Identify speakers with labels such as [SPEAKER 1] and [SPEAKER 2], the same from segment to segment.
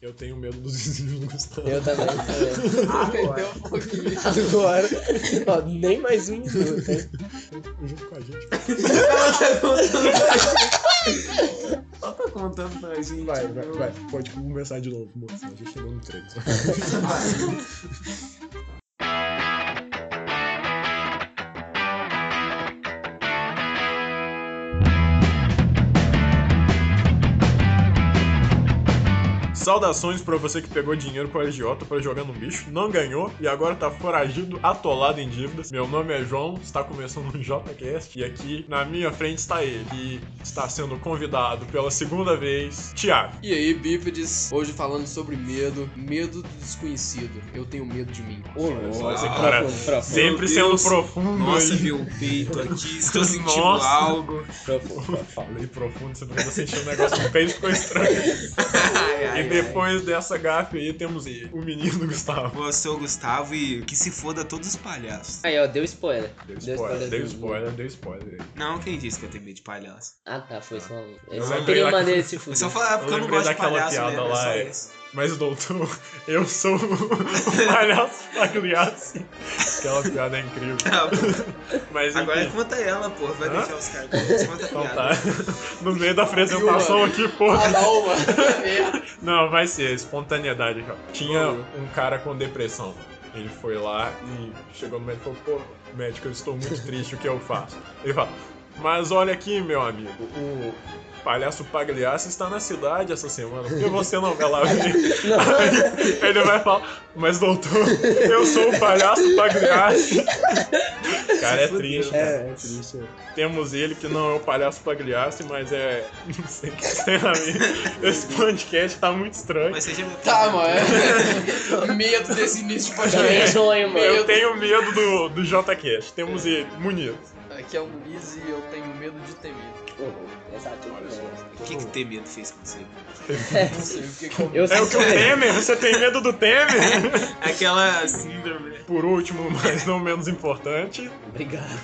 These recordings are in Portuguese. [SPEAKER 1] Eu tenho medo dos vizinhos do Gustavo.
[SPEAKER 2] Eu também. também.
[SPEAKER 3] Perdeu um
[SPEAKER 1] então,
[SPEAKER 3] pouquinho.
[SPEAKER 2] Agora, ó, nem mais um minuto. hein?
[SPEAKER 1] Junto com a gente.
[SPEAKER 3] Só tá contando pra gente.
[SPEAKER 1] Vai, vai, vai. Pode conversar de novo, moça. A gente chegou no treino. Saudações pra você que pegou dinheiro com a agiota pra jogar no bicho, não ganhou e agora tá foragido, atolado em dívidas. Meu nome é João, está começando um JCast e aqui na minha frente está ele, que está sendo convidado pela segunda vez, Thiago.
[SPEAKER 3] E aí, bípedes, hoje falando sobre medo, medo do desconhecido. Eu tenho medo de mim.
[SPEAKER 2] Ô, louco.
[SPEAKER 1] Nossa, cara,
[SPEAKER 2] Profundo, profundo,
[SPEAKER 1] Sempre
[SPEAKER 3] Deus.
[SPEAKER 1] sendo profundo
[SPEAKER 3] Nossa,
[SPEAKER 1] aí.
[SPEAKER 3] meu peito aqui, estou sentindo
[SPEAKER 1] Nossa.
[SPEAKER 3] algo.
[SPEAKER 2] profundo, profundo.
[SPEAKER 1] Falei profundo, você não sentiu um negócio no peito, ficou estranho.
[SPEAKER 3] Ai, ai,
[SPEAKER 1] E depois dessa gafe aí temos ele, o menino do Gustavo.
[SPEAKER 3] ai. Eu sou o Gustavo e que se foda todos os palhaços.
[SPEAKER 2] Aí, ó, deu spoiler.
[SPEAKER 1] Deu spoiler, deu
[SPEAKER 2] do-
[SPEAKER 1] spoiler, deu spoiler.
[SPEAKER 3] Não, quem disse que eu tenho medo de palhaço?
[SPEAKER 2] Ah, tá, foi só. Eu
[SPEAKER 1] Eu
[SPEAKER 2] só
[SPEAKER 1] lembrei
[SPEAKER 2] teria
[SPEAKER 1] lá que-
[SPEAKER 2] maneira de se
[SPEAKER 3] Eu
[SPEAKER 2] fuder.
[SPEAKER 3] só falar porque eu, não
[SPEAKER 1] lembrei
[SPEAKER 3] gosto de
[SPEAKER 1] daquela
[SPEAKER 3] palhaço
[SPEAKER 1] piada
[SPEAKER 3] mesmo,
[SPEAKER 1] lá,
[SPEAKER 3] é só
[SPEAKER 1] é.
[SPEAKER 3] isso.
[SPEAKER 1] Mas, doutor, eu sou o palhaço palhaço. Aquela piada é incrível.
[SPEAKER 3] Tá bom.
[SPEAKER 1] Mas,
[SPEAKER 3] Agora
[SPEAKER 1] enfim,
[SPEAKER 3] conta ela, pô. Vai
[SPEAKER 1] Hã?
[SPEAKER 3] deixar os caras. Conta a
[SPEAKER 1] então
[SPEAKER 3] piada.
[SPEAKER 1] tá. No meio da apresentação aqui, pô.
[SPEAKER 2] Ah, não, mano.
[SPEAKER 1] Não, vai ser, espontaneidade. cara. Tinha um cara com depressão. Ele foi lá e chegou no médico e falou, pô, médico, eu estou muito triste, o que eu faço? Ele fala, mas olha aqui, meu amigo, o palhaço Pagliasso está na cidade essa semana, por que você não vai lá ver? Aí ele vai falar, mas doutor, eu sou o palhaço Pagliasso. Cara, é triste, cara.
[SPEAKER 2] É, é triste.
[SPEAKER 1] Temos ele, que não é o palhaço Pagliassi, mas é. Não sei o que sinceramente. Esse podcast tá muito estranho.
[SPEAKER 3] Mas seja meu né?
[SPEAKER 4] Tá,
[SPEAKER 3] palhaço.
[SPEAKER 4] mano. Medo desse início de
[SPEAKER 2] Também
[SPEAKER 4] podcast.
[SPEAKER 2] sonho,
[SPEAKER 1] Eu
[SPEAKER 2] mano.
[SPEAKER 1] tenho medo do, do JCast. Temos ele, Muniz.
[SPEAKER 4] Aqui é o Luiz e eu tenho medo de ter medo.
[SPEAKER 2] Ô, Exato. É,
[SPEAKER 1] Olha só.
[SPEAKER 3] O que, que ter medo fez com você?
[SPEAKER 4] Não sei o que que eu...
[SPEAKER 2] Eu
[SPEAKER 1] É o que o
[SPEAKER 2] sei.
[SPEAKER 1] Temer? Você tem medo do Temer?
[SPEAKER 3] Aquela síndrome.
[SPEAKER 1] Por último, mas não menos importante,
[SPEAKER 2] Obrigado.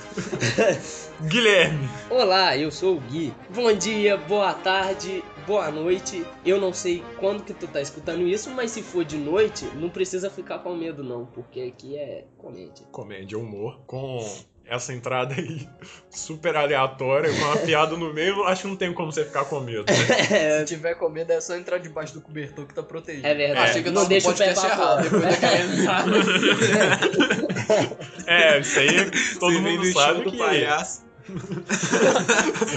[SPEAKER 1] Guilherme.
[SPEAKER 2] Olá, eu sou o Gui. Bom dia, boa tarde, boa noite. Eu não sei quando que tu tá escutando isso, mas se for de noite, não precisa ficar com medo não, porque aqui é comédia.
[SPEAKER 1] Comédia, humor, com essa entrada aí super aleatória, com uma piada no meio, acho que não tem como você ficar com medo. né?
[SPEAKER 4] Se tiver com medo, é só entrar debaixo do cobertor que tá protegido.
[SPEAKER 2] É verdade.
[SPEAKER 4] Achei que eu
[SPEAKER 2] Não
[SPEAKER 4] tava
[SPEAKER 2] deixa
[SPEAKER 4] deixa
[SPEAKER 2] o
[SPEAKER 4] no
[SPEAKER 2] pé
[SPEAKER 4] podcast
[SPEAKER 2] pra
[SPEAKER 4] errado.
[SPEAKER 2] fora.
[SPEAKER 4] Depois da KM.
[SPEAKER 1] É, isso aí todo
[SPEAKER 3] Você vem
[SPEAKER 1] mundo
[SPEAKER 3] no
[SPEAKER 1] sabe
[SPEAKER 3] show
[SPEAKER 1] que
[SPEAKER 3] do palhaço.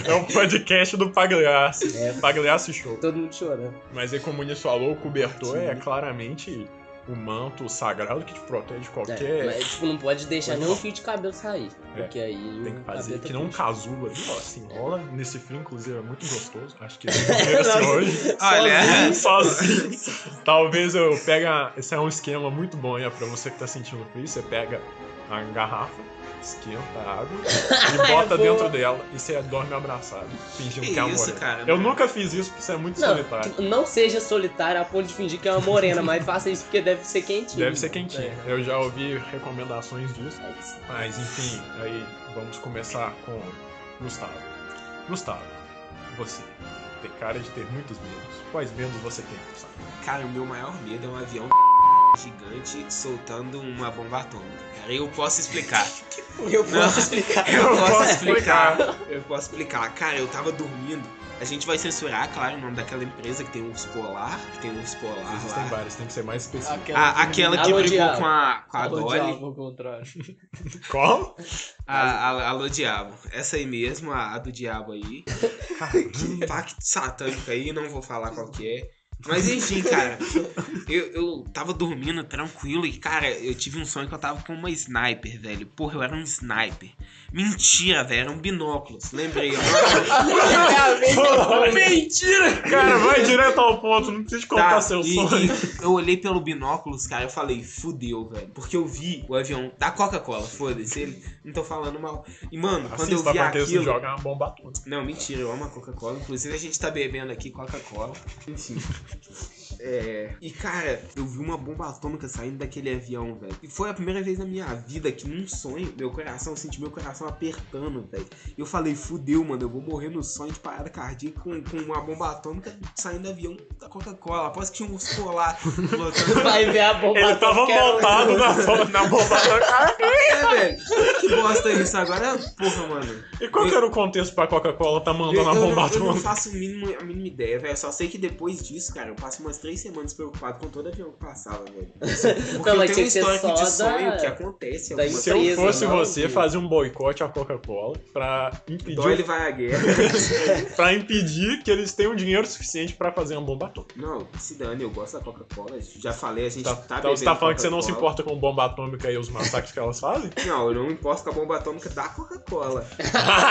[SPEAKER 1] é o podcast do Pagliassi.
[SPEAKER 2] É,
[SPEAKER 1] Pagliassi Show.
[SPEAKER 2] todo mundo chorando.
[SPEAKER 1] Mas aí, como o Nis falou, o cobertor é claramente o manto sagrado que te protege de
[SPEAKER 2] É,
[SPEAKER 1] qualquer.
[SPEAKER 2] mas, tipo, não pode deixar
[SPEAKER 1] Pode
[SPEAKER 2] nenhum
[SPEAKER 1] falar.
[SPEAKER 2] fio de cabelo sair.
[SPEAKER 1] É,
[SPEAKER 2] Porque aí.
[SPEAKER 1] Tem que
[SPEAKER 2] o
[SPEAKER 1] fazer
[SPEAKER 2] cabelo
[SPEAKER 1] que
[SPEAKER 2] tá
[SPEAKER 1] não um
[SPEAKER 2] puxado.
[SPEAKER 1] casulo ali, ó. Se enrola nesse frio, inclusive, é muito gostoso. Acho que esse é assim hoje.
[SPEAKER 3] Olha,
[SPEAKER 1] Sozinho. Talvez eu pegue. a- Esse é um esquema muito bom, hein? Pra você que tá sentindo frio, você pega a garrafa, esquenta a água e bota
[SPEAKER 2] É boa.
[SPEAKER 1] dentro dela. E você dorme abraçado, fingindo que,
[SPEAKER 3] que
[SPEAKER 1] é amor.
[SPEAKER 3] isso, cara?
[SPEAKER 1] Eu nunca fiz isso porque isso é muito
[SPEAKER 2] Não,
[SPEAKER 1] solitário.
[SPEAKER 2] tipo, não seja solitário a ponto de fingir que é uma morena, mas faça isso porque deve ser quentinho.
[SPEAKER 1] Deve ser quentinho.
[SPEAKER 2] É.
[SPEAKER 1] Eu já ouvi recomendações disso. Mas enfim, aí vamos começar com Gustavo. Gustavo, você tem cara de ter muitos medos. Quais medos você tem, Gustavo?
[SPEAKER 3] Cara, o meu maior medo é um avião gigante soltando uma bomba atômica. Cara, eu posso explicar.
[SPEAKER 2] Eu
[SPEAKER 3] Não.
[SPEAKER 2] posso explicar.
[SPEAKER 3] Eu posso
[SPEAKER 1] explicar.
[SPEAKER 3] explicar. Eu posso explicar. Cara, eu tava dormindo. A gente vai censurar, claro, o nome daquela empresa que tem urso polar, que tem urso polar
[SPEAKER 1] Existem
[SPEAKER 3] lá.
[SPEAKER 1] vários, tem que ser mais específico.
[SPEAKER 4] Aquela
[SPEAKER 3] A- aquela que
[SPEAKER 2] Alô,
[SPEAKER 3] brigou
[SPEAKER 2] diabo.
[SPEAKER 3] com a, com a
[SPEAKER 4] Alô,
[SPEAKER 3] Dolly.
[SPEAKER 4] diabo, ao contrário.
[SPEAKER 3] Ah,
[SPEAKER 1] Qual?
[SPEAKER 3] A, a, alô, diabo. Essa aí mesmo, a, a do diabo aí. que pacto satânico aí, não vou falar qual que é. Mas enfim, cara, eu, eu tava dormindo tranquilo e, cara, eu tive um sonho que eu tava com uma sniper, velho. Porra, eu era um sniper. Mentira, velho, eram binóculos. Lembrei, ó.
[SPEAKER 4] Mentira!
[SPEAKER 1] Cara, vai direto ao ponto, não precisa contar
[SPEAKER 3] Tá,
[SPEAKER 1] é seu
[SPEAKER 3] e-
[SPEAKER 1] sonho.
[SPEAKER 3] e eu olhei pelo binóculos, cara, eu falei, fudeu, velho. Porque eu vi o avião da Coca-Cola, foda-se, ele não tô falando mal. E, mano, quando eu
[SPEAKER 1] Assista
[SPEAKER 3] vi
[SPEAKER 1] pra texto
[SPEAKER 3] aquilo,
[SPEAKER 1] joga uma bomba atômica.
[SPEAKER 3] Não, mentira, eu amo a Coca-Cola. Inclusive a gente tá bebendo aqui Coca-Cola. Enfim. É. E, cara, eu vi uma bomba atômica saindo daquele avião, velho. E foi a primeira vez na minha vida que, num sonho, meu coração, eu senti meu coração apertando, velho. E eu falei, fudeu, mano, eu vou morrer no sonho de parada cardíaca com, com uma bomba atômica saindo do avião da Coca-Cola. Aposto que tinha um urso polar lotando.
[SPEAKER 2] Vai ver a bomba
[SPEAKER 1] Ele tava
[SPEAKER 2] atômica, ela-
[SPEAKER 1] montado na, na bomba atômica.
[SPEAKER 3] É, velho. Que bosta é isso agora? Porra, mano.
[SPEAKER 1] E qual que era o contexto pra Coca-Cola tá
[SPEAKER 3] Eu,
[SPEAKER 1] mandando a
[SPEAKER 3] eu
[SPEAKER 1] bomba
[SPEAKER 3] não, eu não
[SPEAKER 1] atômica?
[SPEAKER 3] faço o mínimo- a mínima ideia, velho. Eu só sei que depois disso, cara, eu passo umas três semanas preocupado com todo avião que passava, velho. Porque
[SPEAKER 2] Não,
[SPEAKER 3] eu
[SPEAKER 2] mas
[SPEAKER 3] tenho
[SPEAKER 2] tinha
[SPEAKER 3] um
[SPEAKER 2] que ser
[SPEAKER 3] histórico
[SPEAKER 2] só
[SPEAKER 3] de sonho
[SPEAKER 2] da-
[SPEAKER 1] é
[SPEAKER 3] que acontece.
[SPEAKER 2] da
[SPEAKER 3] alguma
[SPEAKER 1] Se
[SPEAKER 2] empresa,
[SPEAKER 1] eu
[SPEAKER 3] coisa, né?
[SPEAKER 1] fosse
[SPEAKER 2] não,
[SPEAKER 1] você,
[SPEAKER 3] que
[SPEAKER 1] fazer um boicote à Coca-Cola pra impedir,
[SPEAKER 3] Doyle vai à guerra.
[SPEAKER 1] pra impedir que eles tenham dinheiro suficiente pra fazer uma bomba atômica.
[SPEAKER 3] Não, se dane, eu gosto da Coca-Cola. Já falei, a gente
[SPEAKER 1] Tá,
[SPEAKER 3] tá,
[SPEAKER 1] tá,
[SPEAKER 3] bebendo
[SPEAKER 1] você tá falando que você não se
[SPEAKER 3] Coca-Cola.
[SPEAKER 1] importa com bomba atômica e os massacres que elas fazem?
[SPEAKER 3] Não, eu não me importo com a bomba atômica da Coca-Cola.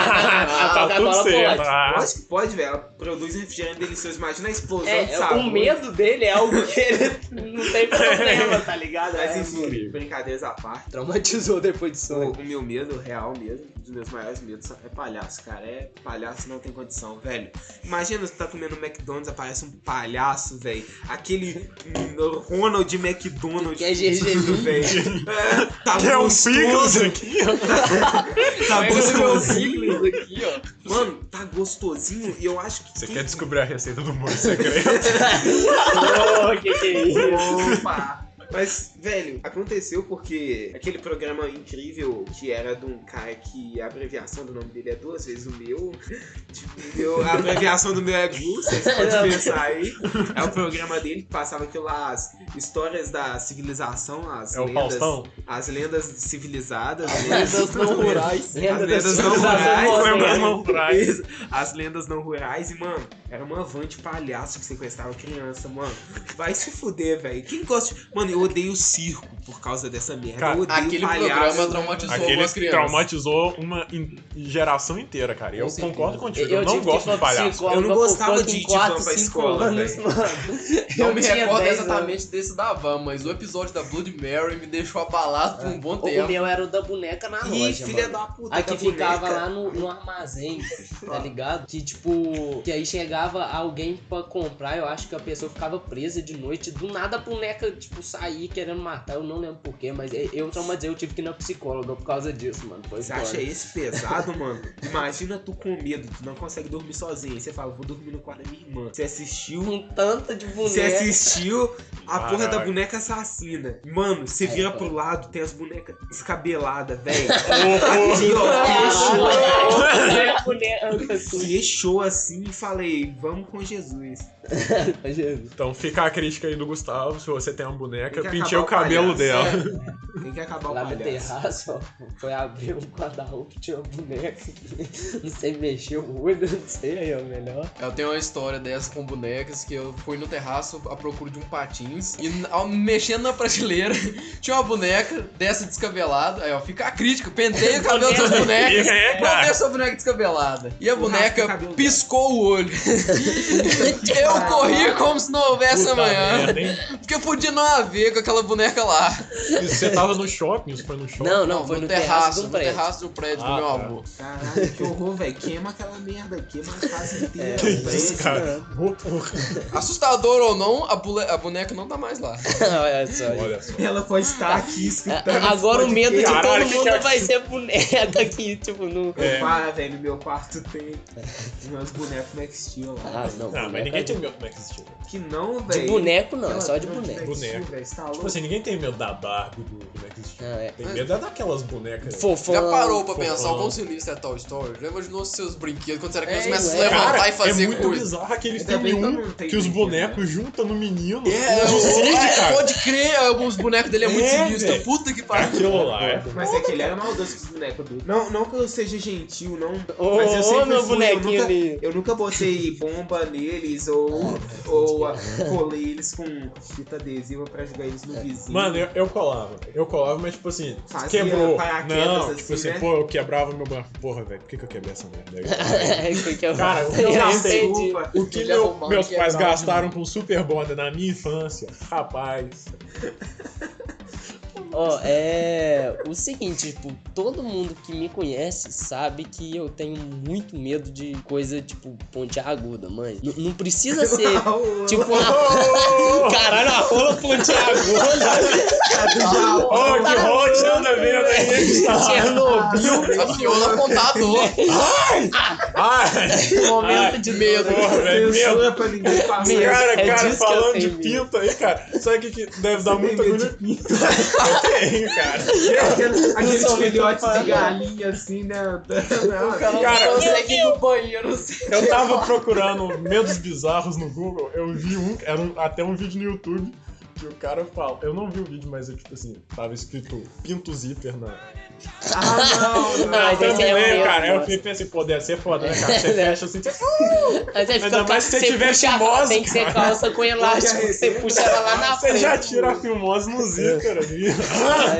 [SPEAKER 1] tá tudo
[SPEAKER 2] Coca-Cola
[SPEAKER 1] certo.
[SPEAKER 2] pode.
[SPEAKER 1] Ah,
[SPEAKER 3] Lógico que pode, velho. Ela produz um refrigerante delicioso. Imagina a explosão de
[SPEAKER 2] É,
[SPEAKER 3] sabor.
[SPEAKER 2] o medo dele é algo que ele não tem problema, tá ligado?
[SPEAKER 3] Mas
[SPEAKER 1] né?
[SPEAKER 2] É,
[SPEAKER 3] enfim,
[SPEAKER 1] incrível.
[SPEAKER 3] brincadeiras à parte.
[SPEAKER 2] traumatizou depois de sonho.
[SPEAKER 3] O, o meu medo real mesmo, um dos meus maiores medos é palhaço, cara. É palhaço não tem condição, velho. Imagina você tá comendo McDonald's, aparece um palhaço, velho. Aquele hum, Ronald McDonald.
[SPEAKER 2] Que é gergelim.
[SPEAKER 3] velho. É, tá
[SPEAKER 1] que é um
[SPEAKER 3] gostoso,
[SPEAKER 1] picles aqui, ó.
[SPEAKER 2] é
[SPEAKER 3] tá
[SPEAKER 2] um
[SPEAKER 4] Pega os meus
[SPEAKER 3] gostosinho.
[SPEAKER 4] signos aqui, ó.
[SPEAKER 3] Mano, tá gostosinho e eu acho que.
[SPEAKER 1] Você
[SPEAKER 3] quem-
[SPEAKER 1] quer descobrir a receita do molho secreto?
[SPEAKER 2] Ô, que que é isso?
[SPEAKER 3] Opa! Mas, velho, aconteceu porque aquele programa incrível que era de um cara que a abreviação do nome dele é duas vezes o meu. Tipo, meu- a abreviação do meu é Gu, vocês podem pensar aí. É o programa dele que passava aquilo lá, as histórias da civilização, as
[SPEAKER 1] É o
[SPEAKER 3] lendas.
[SPEAKER 1] Faustão?
[SPEAKER 3] As lendas civilizadas.
[SPEAKER 4] Lendas
[SPEAKER 3] Ah,
[SPEAKER 4] não rurais.
[SPEAKER 2] Lenda
[SPEAKER 3] As
[SPEAKER 2] da
[SPEAKER 3] lendas não
[SPEAKER 2] civilização
[SPEAKER 3] rurais,
[SPEAKER 2] moderna.
[SPEAKER 1] Lembra não rurais.
[SPEAKER 3] Isso, As lendas não rurais. E, mano, era uma van de palhaço que sequestrava criança, mano. Vai se fuder, velho. Quem gosta. de- Mano, eu odeio circo por causa dessa merda.
[SPEAKER 1] Cara,
[SPEAKER 3] eu odeio
[SPEAKER 4] Aquele
[SPEAKER 3] palhaço.
[SPEAKER 4] programa traumatizou
[SPEAKER 1] Aquele
[SPEAKER 4] algumas
[SPEAKER 1] que
[SPEAKER 4] crianças.
[SPEAKER 1] traumatizou uma in- geração inteira, cara. Eu
[SPEAKER 4] Com certeza.
[SPEAKER 1] concordo contigo. Eu,
[SPEAKER 2] Eu
[SPEAKER 1] não
[SPEAKER 2] tive
[SPEAKER 1] gosto
[SPEAKER 2] que ir
[SPEAKER 1] de
[SPEAKER 2] pra
[SPEAKER 1] palhaço.
[SPEAKER 2] psicóloga
[SPEAKER 3] Eu não gostava
[SPEAKER 2] por conta
[SPEAKER 3] de
[SPEAKER 2] em
[SPEAKER 3] ir de van pra
[SPEAKER 2] 4, 5
[SPEAKER 3] escola,
[SPEAKER 2] anos,
[SPEAKER 3] velho.
[SPEAKER 2] mano.
[SPEAKER 4] Não
[SPEAKER 2] Eu
[SPEAKER 4] me
[SPEAKER 2] tinha
[SPEAKER 4] recordo
[SPEAKER 2] 10
[SPEAKER 4] exatamente desse da van, mas o episódio da Blood Mary me deixou abalado por um bom
[SPEAKER 2] O
[SPEAKER 4] tempo.
[SPEAKER 2] meu era o da boneca na
[SPEAKER 3] Ih,
[SPEAKER 2] loja,
[SPEAKER 3] filha
[SPEAKER 2] mano.
[SPEAKER 3] da puta.
[SPEAKER 2] A que
[SPEAKER 3] da
[SPEAKER 2] ficava
[SPEAKER 3] boneca.
[SPEAKER 2] lá no, no armazém, tá ligado? Que tipo, que aí chegava alguém pra comprar, eu acho que a pessoa ficava presa de noite, do nada a boneca, tipo, sair querendo matar, eu não lembro porquê, mas eu- eu traumatizei, eu tive que ir na psicóloga por causa disso, mano. Foi
[SPEAKER 3] Você
[SPEAKER 2] foda.
[SPEAKER 3] acha esse pesado, mano? Imagina tu com medo, tu não consegue dormir sozinho. Você fala, vou dormir no quarto da minha irmã. Você assistiu.
[SPEAKER 2] Um tanto de boneca.
[SPEAKER 3] Você é assistiu a
[SPEAKER 1] Caralho.
[SPEAKER 3] porra da boneca assassina. Mano, você
[SPEAKER 2] É,
[SPEAKER 3] vira
[SPEAKER 2] cara.
[SPEAKER 3] pro lado, tem as bonecas descabeladas,
[SPEAKER 1] Ô,
[SPEAKER 3] velho.
[SPEAKER 1] ô,
[SPEAKER 3] Aqui, ó, fechou.
[SPEAKER 2] Caralho, boneca suja.
[SPEAKER 3] Fechou assim e falei, vamos com Jesus.
[SPEAKER 2] Jesus.
[SPEAKER 1] Então fica a crítica aí do Gustavo. Se você tem uma boneca,
[SPEAKER 3] Tem que
[SPEAKER 1] pinte o
[SPEAKER 3] acabar o
[SPEAKER 1] cabelo
[SPEAKER 3] palhaço. É.
[SPEAKER 1] dela.
[SPEAKER 3] Tem que acabar o
[SPEAKER 2] Lá no
[SPEAKER 3] palhaço.
[SPEAKER 2] terraço, ó, foi abrir um guarda-roupa, tinha um boneco. Não sei mexer o olho, não sei aí, ó, melhor.
[SPEAKER 4] Eu tenho uma história dessa com bonecas que eu fui no terraço à procura de um patins e ao- mexendo na prateleira tinha uma boneca dessa descabelada. Aí ó, fica a crítica, penteia o cabelo das bonecas.
[SPEAKER 1] É,
[SPEAKER 4] Não
[SPEAKER 1] cara.
[SPEAKER 4] deixa a boneca descabelada. E a
[SPEAKER 3] Raspa o
[SPEAKER 4] boneca
[SPEAKER 3] cabelo dela.
[SPEAKER 4] piscou o olho. Eu corri como se não houvesse
[SPEAKER 1] Puta
[SPEAKER 4] amanhã.
[SPEAKER 1] merda, hein?
[SPEAKER 4] Porque podia não haver com aquela boneca lá.
[SPEAKER 1] E Você tava no shopping? Isso foi no shopping?
[SPEAKER 2] Não, não, foi no, terraço, um do
[SPEAKER 4] no
[SPEAKER 2] prédio.
[SPEAKER 4] terraço do prédio do
[SPEAKER 1] Ah,
[SPEAKER 4] meu
[SPEAKER 1] tá.
[SPEAKER 4] avô.
[SPEAKER 3] Caralho, que horror, velho. Queima aquela merda, queima a casa
[SPEAKER 2] É,
[SPEAKER 3] inteira.
[SPEAKER 1] Que
[SPEAKER 3] velho.
[SPEAKER 1] isso, cara? Ô, porra.
[SPEAKER 4] Assustador ou não, a, bule- a boneca não tá mais lá.
[SPEAKER 2] Olha só.
[SPEAKER 1] Olha só.
[SPEAKER 3] Ela pode estar aqui escutando.
[SPEAKER 2] É, Agora o
[SPEAKER 3] esse
[SPEAKER 2] medo de
[SPEAKER 3] podcast.
[SPEAKER 1] Caralho,
[SPEAKER 2] todo
[SPEAKER 1] que
[SPEAKER 2] mundo
[SPEAKER 1] que é
[SPEAKER 2] vai ser boneca aqui, tipo, no.
[SPEAKER 1] É.
[SPEAKER 3] Para, velho, meu quarto tem meus bonecos Max Steel lá.
[SPEAKER 2] Ah, não.
[SPEAKER 1] Não, mas
[SPEAKER 2] boneca-
[SPEAKER 1] ninguém tem medo é do Max Steel.
[SPEAKER 3] Que não,
[SPEAKER 2] Ah, De
[SPEAKER 3] velho.
[SPEAKER 2] boneco não, é
[SPEAKER 3] Aquela
[SPEAKER 2] só de
[SPEAKER 3] porra
[SPEAKER 2] boneco.
[SPEAKER 3] Max Steel,
[SPEAKER 1] Boneco.
[SPEAKER 3] velho, você tá
[SPEAKER 1] Tipo
[SPEAKER 3] louco?
[SPEAKER 1] assim, ninguém tem medo da Barbie do, do Max Steel.
[SPEAKER 2] Ah, é.
[SPEAKER 1] Tem medo é daquelas bonecas.
[SPEAKER 2] Fofão.
[SPEAKER 4] Já parou pra
[SPEAKER 1] Fofão.
[SPEAKER 4] pensar o quão sinistro é Toy Story? Já imaginou seus brinquedos quando você era criança
[SPEAKER 2] É,
[SPEAKER 4] começa a se
[SPEAKER 2] ué.
[SPEAKER 4] levantar
[SPEAKER 1] Cara,
[SPEAKER 4] e fazer
[SPEAKER 1] é muito
[SPEAKER 4] coisa?
[SPEAKER 1] bizarro aquele
[SPEAKER 3] Ainda
[SPEAKER 1] filme
[SPEAKER 3] bem que eu
[SPEAKER 1] 1
[SPEAKER 3] não tenho
[SPEAKER 1] que os
[SPEAKER 3] brinquedo,
[SPEAKER 1] bonecos juntam no menino.
[SPEAKER 4] É,
[SPEAKER 1] no
[SPEAKER 4] o-
[SPEAKER 1] Cid,
[SPEAKER 4] é,
[SPEAKER 1] cara.
[SPEAKER 4] pode crer, alguns bonecos dele é muito
[SPEAKER 1] É,
[SPEAKER 4] sinistro.
[SPEAKER 1] velho.
[SPEAKER 4] Puta que pariu.
[SPEAKER 1] Aquilo lá é.
[SPEAKER 3] Mas é que ele era maldoso com os bonecos dele. Não, não que eu seja gentil, não.
[SPEAKER 2] Ô,
[SPEAKER 3] mas eu sempre
[SPEAKER 2] ô, meu
[SPEAKER 3] fui, eu
[SPEAKER 2] bonequinho
[SPEAKER 3] nunca-
[SPEAKER 2] ali.
[SPEAKER 3] Eu nunca botei bomba neles ou, ou a- colei eles com fita adesiva pra jogar eles no vizinho.
[SPEAKER 1] Mano, eu, eu colava. Eu colava, mas tipo assim,
[SPEAKER 3] Fazia
[SPEAKER 1] quebrou.
[SPEAKER 3] paraquedas
[SPEAKER 1] Não,
[SPEAKER 3] assim,
[SPEAKER 1] tipo assim,
[SPEAKER 3] né?
[SPEAKER 1] pô, eu quebrava meu braço. Porra, velho, por que, que eu quebrei essa merda? aí?
[SPEAKER 2] É, foi que eu-
[SPEAKER 1] Cara,
[SPEAKER 2] eu
[SPEAKER 1] eu
[SPEAKER 3] Não, tipo,
[SPEAKER 1] sei.
[SPEAKER 2] entendi.
[SPEAKER 3] desculpa.
[SPEAKER 1] O que
[SPEAKER 4] Ele é
[SPEAKER 1] meu-
[SPEAKER 4] romano,
[SPEAKER 1] meus
[SPEAKER 4] que é
[SPEAKER 1] pais
[SPEAKER 4] bravo,
[SPEAKER 1] gastaram com Super Bonder na minha infância, rapaz.
[SPEAKER 2] Ó, é. O seguinte, tipo, todo mundo que me conhece sabe que eu tenho muito medo de
[SPEAKER 3] Ah,
[SPEAKER 2] coisa, tipo, ponte aguda, mãe. N- não precisa ser.
[SPEAKER 3] Ô, ô,
[SPEAKER 2] tipo,
[SPEAKER 3] ô,
[SPEAKER 2] na-
[SPEAKER 1] Ô,
[SPEAKER 3] Caralho, a rola pontiaguda.
[SPEAKER 1] Ô, que hot anda vendo aí. tá
[SPEAKER 2] Chernobyl,
[SPEAKER 4] Afiou no contador.
[SPEAKER 2] É
[SPEAKER 1] Ai,
[SPEAKER 2] momento de medo.
[SPEAKER 1] porra, velho. Meu
[SPEAKER 3] Censura é pra ninguém passar.
[SPEAKER 2] Meu,
[SPEAKER 1] Cara,
[SPEAKER 2] é
[SPEAKER 1] cara,
[SPEAKER 2] disso que eu
[SPEAKER 1] falando de
[SPEAKER 2] tenho medo.
[SPEAKER 1] pinto aí, cara. Sabe o que, que deve dar muita
[SPEAKER 3] medo
[SPEAKER 1] agulha? Eu tenho, cara.
[SPEAKER 3] Aquele- Aqueles
[SPEAKER 2] sou
[SPEAKER 3] filhotes de
[SPEAKER 2] muito fã,
[SPEAKER 3] galinha assim, né?
[SPEAKER 4] O cara não
[SPEAKER 1] Cara,
[SPEAKER 4] consegue ir no banheiro sem
[SPEAKER 1] Eu tava procurando medos bizarros no Google, eu vi um, era um- até um vídeo no YouTube, que o cara fala. Eu não vi o vídeo, mas eu, tipo assim, tava escrito Pinto Zíper na.
[SPEAKER 3] Ah, não, não.
[SPEAKER 2] Mas
[SPEAKER 1] eu
[SPEAKER 2] esse é o
[SPEAKER 1] lembro,
[SPEAKER 2] mesmo,
[SPEAKER 1] cara. Eu
[SPEAKER 2] nossa.
[SPEAKER 1] fiquei pensei, pô, deve ser foda, né, cara? Você fecha assim, tipo,
[SPEAKER 2] Mas aí
[SPEAKER 1] Ainda
[SPEAKER 2] fica
[SPEAKER 1] mais
[SPEAKER 2] ca-
[SPEAKER 1] se você
[SPEAKER 2] você
[SPEAKER 1] tiver
[SPEAKER 2] puxa a-
[SPEAKER 1] fimose,
[SPEAKER 2] Tem que ser calça com elástico,
[SPEAKER 3] Olha
[SPEAKER 2] você
[SPEAKER 3] aí.
[SPEAKER 2] puxa ela lá na
[SPEAKER 1] você
[SPEAKER 2] frente.
[SPEAKER 1] já tira a filmose no zíper ali.